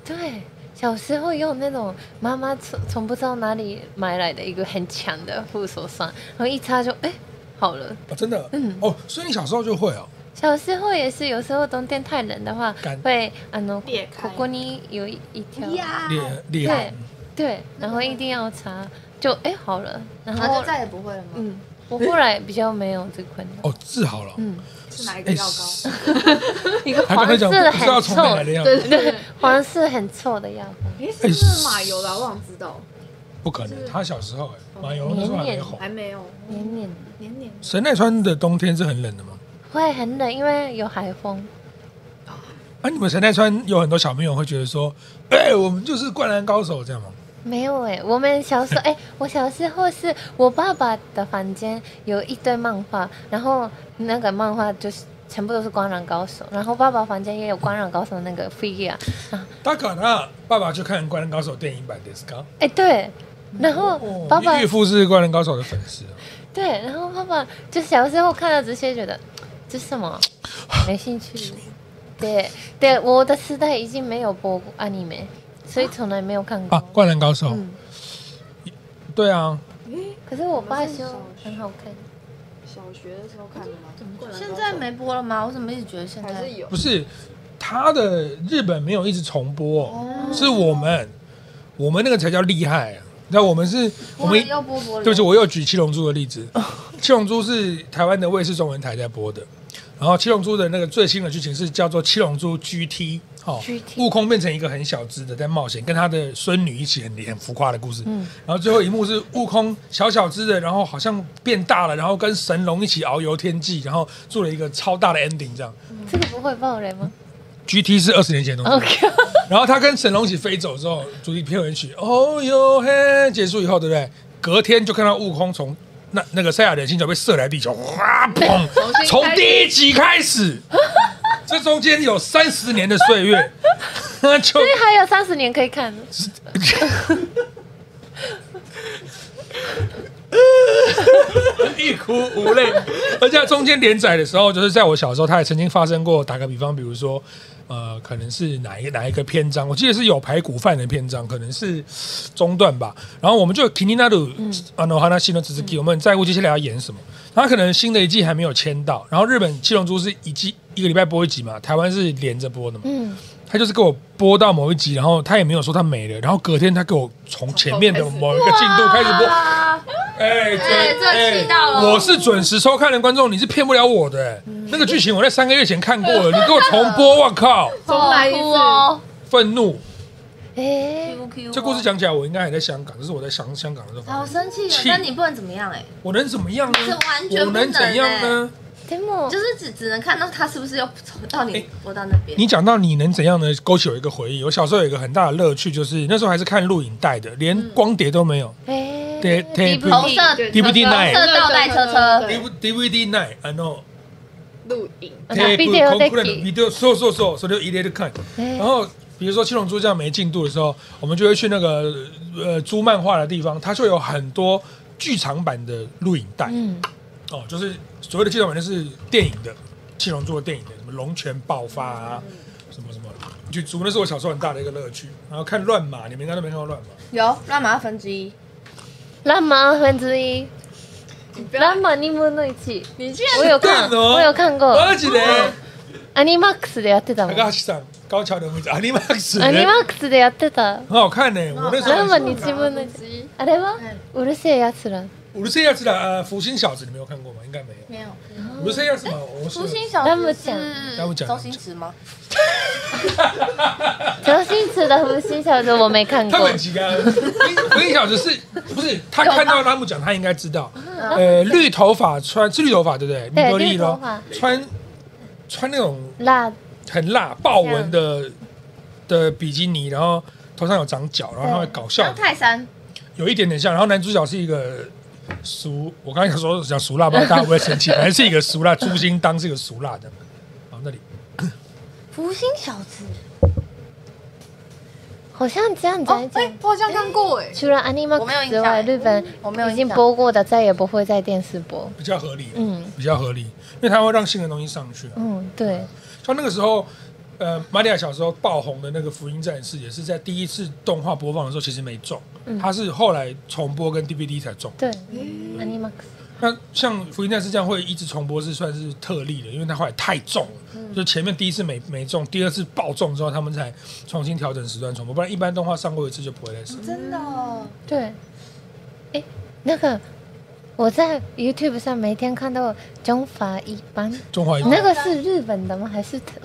S3: 对，小时候用那种妈妈从从不知道哪里买来的一个很强的护手霜，然后一擦就哎好了。
S1: 啊真的，
S2: 嗯
S1: 哦，所以你小时候就会哦，
S3: 小时候也是，有时候冬天太冷的话
S1: 干，
S3: 会啊，那
S2: 裂开
S3: ここに有一一条，
S5: 呀，
S1: 厉害厉害
S3: 对。对，然后一定要擦，就哎好了，然
S5: 然后
S3: 后
S5: 啊就再也不会了吗？
S3: 嗯，我后来比较没有这困扰，
S1: 哦，治好了。
S3: 嗯，
S2: 是哪一个
S1: 哎，
S2: 药膏？
S1: 是
S3: 一个
S1: 他刚
S3: 黄
S1: 才
S3: 色
S1: 讲
S3: 的
S1: 不知道
S3: 很
S1: 从
S3: 臭，
S1: 哪来的样子，
S3: 对，黄色很臭的药膏，
S2: 哎，是不是马油的啊？我想知道，
S1: 不可能。他小时候哎，
S2: 哦
S1: 马油那时候还没红。
S2: 还没有，
S3: 黏黏的，
S2: 黏黏
S1: 神奈川的冬天是很冷的吗？
S3: 会很冷，因为有海风，
S1: 啊，你们神奈川有很多小朋友会觉得说，哎，我们就是灌篮高手这样吗？
S3: 没有哎、我们小时候哎、我小时候是我爸爸的房间有一堆漫画，然后那个漫画就是全部都是《灌篮高手》，然后爸爸房间也有《灌篮高手》那个 figure，
S1: 大可呢，爸爸去看《灌篮高手》电影版的是刚。
S3: 哎、对，然后爸爸、
S1: 哦你岳父是《灌篮高手》的粉丝啊，
S3: 对，然后爸爸就小时候看到这些觉得这是
S1: <sighs>
S3: 什么没兴趣，对对，我的时代已经没有播过 anime，所以从来没有看过。
S1: 啊，《灌篮高手》
S3: 嗯，
S1: 对啊，
S3: 可是我爸说
S2: 我们是小
S3: 很好看，
S2: 小学的时候看的吗？
S5: 现在没播了吗？我怎么一直觉得现
S2: 还是
S5: 在？
S2: 有
S1: 不是他的日本没有一直重播，是我们，我们那个才叫厉害、啊。那我们是，我们
S5: 要播播了，
S1: 对不起，我又举《七龙珠》的例子，《七龙珠》是台湾的卫视中文台在播的，然后《七龙珠》的那个最新的剧情是叫做《七龙珠 GT》，哦
S3: GT
S1: 悟空变成一个很小只的在冒险，跟他的孙女一起很很浮夸的故事。然后最后一幕是悟空小小只的，然后好像变大了，然后跟神龙一起遨游天际，然后做了一个超大的 ending 这样。
S3: 这个不会爆雷吗？
S1: GT 是二十年前的东
S3: 哦
S1: 西。 <laughs> 然后他跟神龙一起飞走之后，主题片尾曲《哦哟嘿》结束以后，对不对？隔天就看到悟空从那那个赛亚人星球被射来地球，哇砰！从第一集开始，这中间有三十年的岁月， <laughs> 那就
S3: 所以还有三十年可以看。
S1: 一哭无泪。而且它中间连载的时候，就是在我小时候，它也曾经发生过。打个比方，比如说，呃，可能是哪一个哪一个篇章，我记得是有排骨饭的篇章，可能是中段吧。然后我们就 k i n i n a r u 啊 no hana shino t s u k i 我们很在乎接下来要演什么。他可能新的一季还没有签到，然后日本《七龙珠》是一季一个礼拜播一集嘛，台湾是连着播的嘛。
S3: 嗯，
S1: 他就是给我播到某一集，然后他也没有说他没了，然后隔天他给我从前面的某一个进度开始播，哎，
S5: 哎
S1: 这
S5: 这气到了
S1: 我是准时收看的观众，你是骗不了我的、哎那个剧情我在三个月前看过了，
S5: <laughs>
S1: 你给我重播，我靠，
S2: 重来一次。
S1: 愤怒！
S3: 哎，
S1: 哦
S5: 哦
S1: 这故事讲起来，我应该还在香港，这是我在香香港的时候
S5: 好
S1: 发生的。
S5: 生气哦
S1: 气，
S5: 但你不能怎么样哎，
S1: 我能怎么样呢
S5: 这完？全
S1: 我
S5: 不能
S1: 能怎样呢？
S3: でも
S5: 就是只只能看到他是不是又走到你
S1: 哎
S5: 播到那边。
S1: 你讲到你能怎样呢？勾起我一个回忆。我小时候有一个很大的乐趣，就是那时候还是看录影带的，连
S5: 嗯
S1: 光碟都没有。
S3: 哎
S1: 对对不
S5: 红色
S2: 对
S1: DVD
S5: 红
S1: night
S5: 色倒带车车，
S2: 对
S1: DVD night I know。
S2: 录影，
S3: ビデオデッキ
S1: ビデオそうそうそうそれを入れる感
S3: えー
S1: 然后比如说《七龙珠》这样没进度的时候，我们就会去那个呃租漫画的地方，它就有很多剧场版的录影带。
S3: 嗯，
S1: 哦，就是所谓的剧场版，就是电影的《七龙珠》的电影的，什么《龙泉爆发》啊，什么什么。去租那是我小时候很大的一个乐趣，然后看乱码，你们应该都没看过乱码。
S4: 有乱麻分之一，
S3: ランマ二分之一，ランマ二分の一。
S2: 你竟然
S3: 我有看，
S1: 干哦
S3: 我有看过。
S1: マジで、
S3: アニマックスでやってたもん。
S1: 高
S3: ア
S1: 橋さん、高橋的名字アニマックス、
S3: ニマックスでやってた。
S1: 很好看呢、我那时候
S3: ランマ
S1: 很
S3: 二
S1: 喜欢看。
S3: 分の一。あれはうるせえやつら。
S1: 我的这样子的呃，福星小子你没有看过吗？应该没有。
S4: 没有。
S1: 我的这样子嘛，我是
S5: 福星小
S3: ラム
S5: 子
S3: ちゃん。
S1: 来我
S5: 是
S1: 讲
S4: 周。星驰吗？
S3: 周星驰的《福星小子》我没看
S1: <laughs> 他
S3: 过
S1: 们，几个啊，福星小子是不是他看到拉姆讲，他应该知道。呃，绿头发穿是绿头发对不对？
S3: 对
S1: 米格力
S3: 绿头
S1: 咯
S3: 发，
S1: 穿穿那种
S3: 辣
S1: 很辣豹纹的的比基尼，然后头上有长角，然后他会搞笑
S5: 像，泰山，
S1: 有一点点像。然后男主角是一个俗，我刚才想说讲俗辣，不知道大家会不会生气，反正是一个俗辣，朱星当是一个俗辣的。好，那里
S5: 福星小子，
S3: 好像这样子来讲。
S2: 我好像看过哎，
S3: 除了 Animax 之外，日本
S5: 我没有
S3: 已
S5: 印
S3: 经
S5: 象
S3: 播过的再也不会在电视播。
S1: 比较合理。
S3: 嗯
S1: 比较合理，因为它会让新的东西上去、啊。
S3: 嗯，对，
S1: 像那个时候，呃，玛利亚小时候爆红的那个《福音战士》，也是在第一次动画播放的时候其实没中，它是后来重播跟 DVD 才中。
S3: 对，Animax。
S1: 那像《福音战士》这样会一直重播是算是特例的，因为它后来太重了，就前面第一次没没中，第二次爆中之后，他们才重新调整时段重播，不然一般动画上过一次就不会再上。
S5: 真的哦，
S3: 对，哎，那个我在 YouTube 上每天看到中法一班，
S1: 中华一
S3: 那个是日本的吗？还是台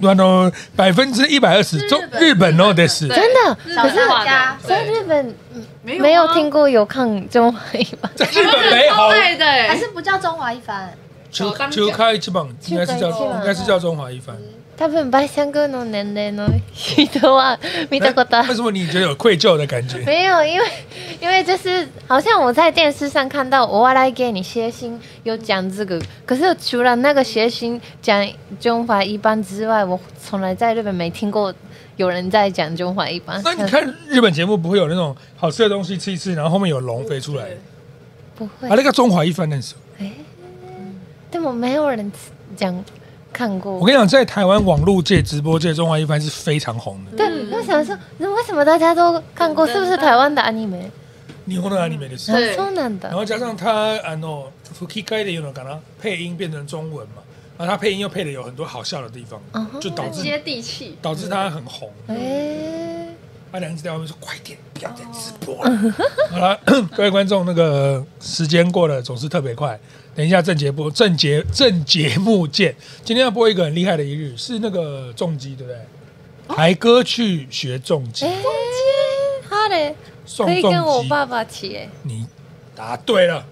S1: 那种百分之一百二十中日本哦，但是
S3: 真的？
S5: 小
S3: 可是
S5: 当家，
S3: 在日本
S2: 没
S3: 没有
S2: 啊
S3: 听过有看中法一班，
S1: 在日本没啊
S6: 超
S1: 红。
S6: 爱的
S5: 还
S6: 哎，
S5: 是不叫中华一番？
S1: 球
S6: 当
S1: 球
S6: 家
S1: 开一棒，应该是叫
S3: 球开一棒
S1: 应该是叫中华一番。
S3: 多分バイシャングの年齢 <laughs> の人は啊見たことあ
S1: 哎为
S3: る。
S1: 什么你觉得有愧疚的感觉？
S3: <laughs> 没有，因为因为就是好像我在电视上看到我我来给你谐星有讲这个，可是除了那个谐星讲中华一班之外，我从来在日本没听过有人在讲中华一班。
S1: 那你看日本节目不会有那种好吃的东西吃一吃，然后后面有龙飞出来，
S3: 不会
S1: 啊，？那个中华一番那时候，
S3: 但我没有人讲看过。
S1: 我跟你讲，在台湾网络界、直播界，中华一番是非常红的。
S3: 对，我想说，那为什么大家都看过？是不是台湾的 anime？
S1: 霓虹的 anime 的事，
S3: 啊そうなん
S1: 然
S3: だ。
S1: 后加上它啊 no fuki kai 的有种感觉，配音变成中文嘛，然后它配音又配的有很多好笑的地方
S3: 嗯，哼
S1: 就导致
S2: 接地气，
S1: 导致它很红。啊
S3: 哎，
S1: 阿良一直在外面说：“快点，不要再直播
S3: 嗯
S1: 了。” <laughs> 好了， <coughs> 各位观众，那个时间过得总是特别快。等一下正节播正节正节目见。今天要播一个很厉害的一日，是那个重击，对不对？
S3: 哦
S1: 台哥去学重击，
S3: 哎，好嘞，
S1: 送
S3: 可以
S1: 重
S3: 跟我
S1: 击，
S3: 爸爸骑哎。
S1: 你答对了。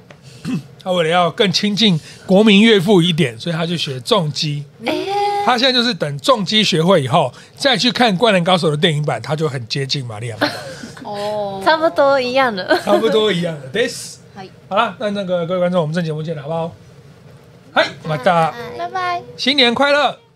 S1: <clears throat> 他为了要更亲近国民岳父一点，所以他就学重击。他现在就是等重击学会以后，再去看《灌篮高手》的电影版，他就很接近玛利亚 <laughs> 妈妈。
S3: 差不多一样的。
S1: 差不多一样的。This，好了，那那个各位观众，我们正节目见了，好不好？嗨，马达，
S5: 拜拜。
S1: 新年快乐！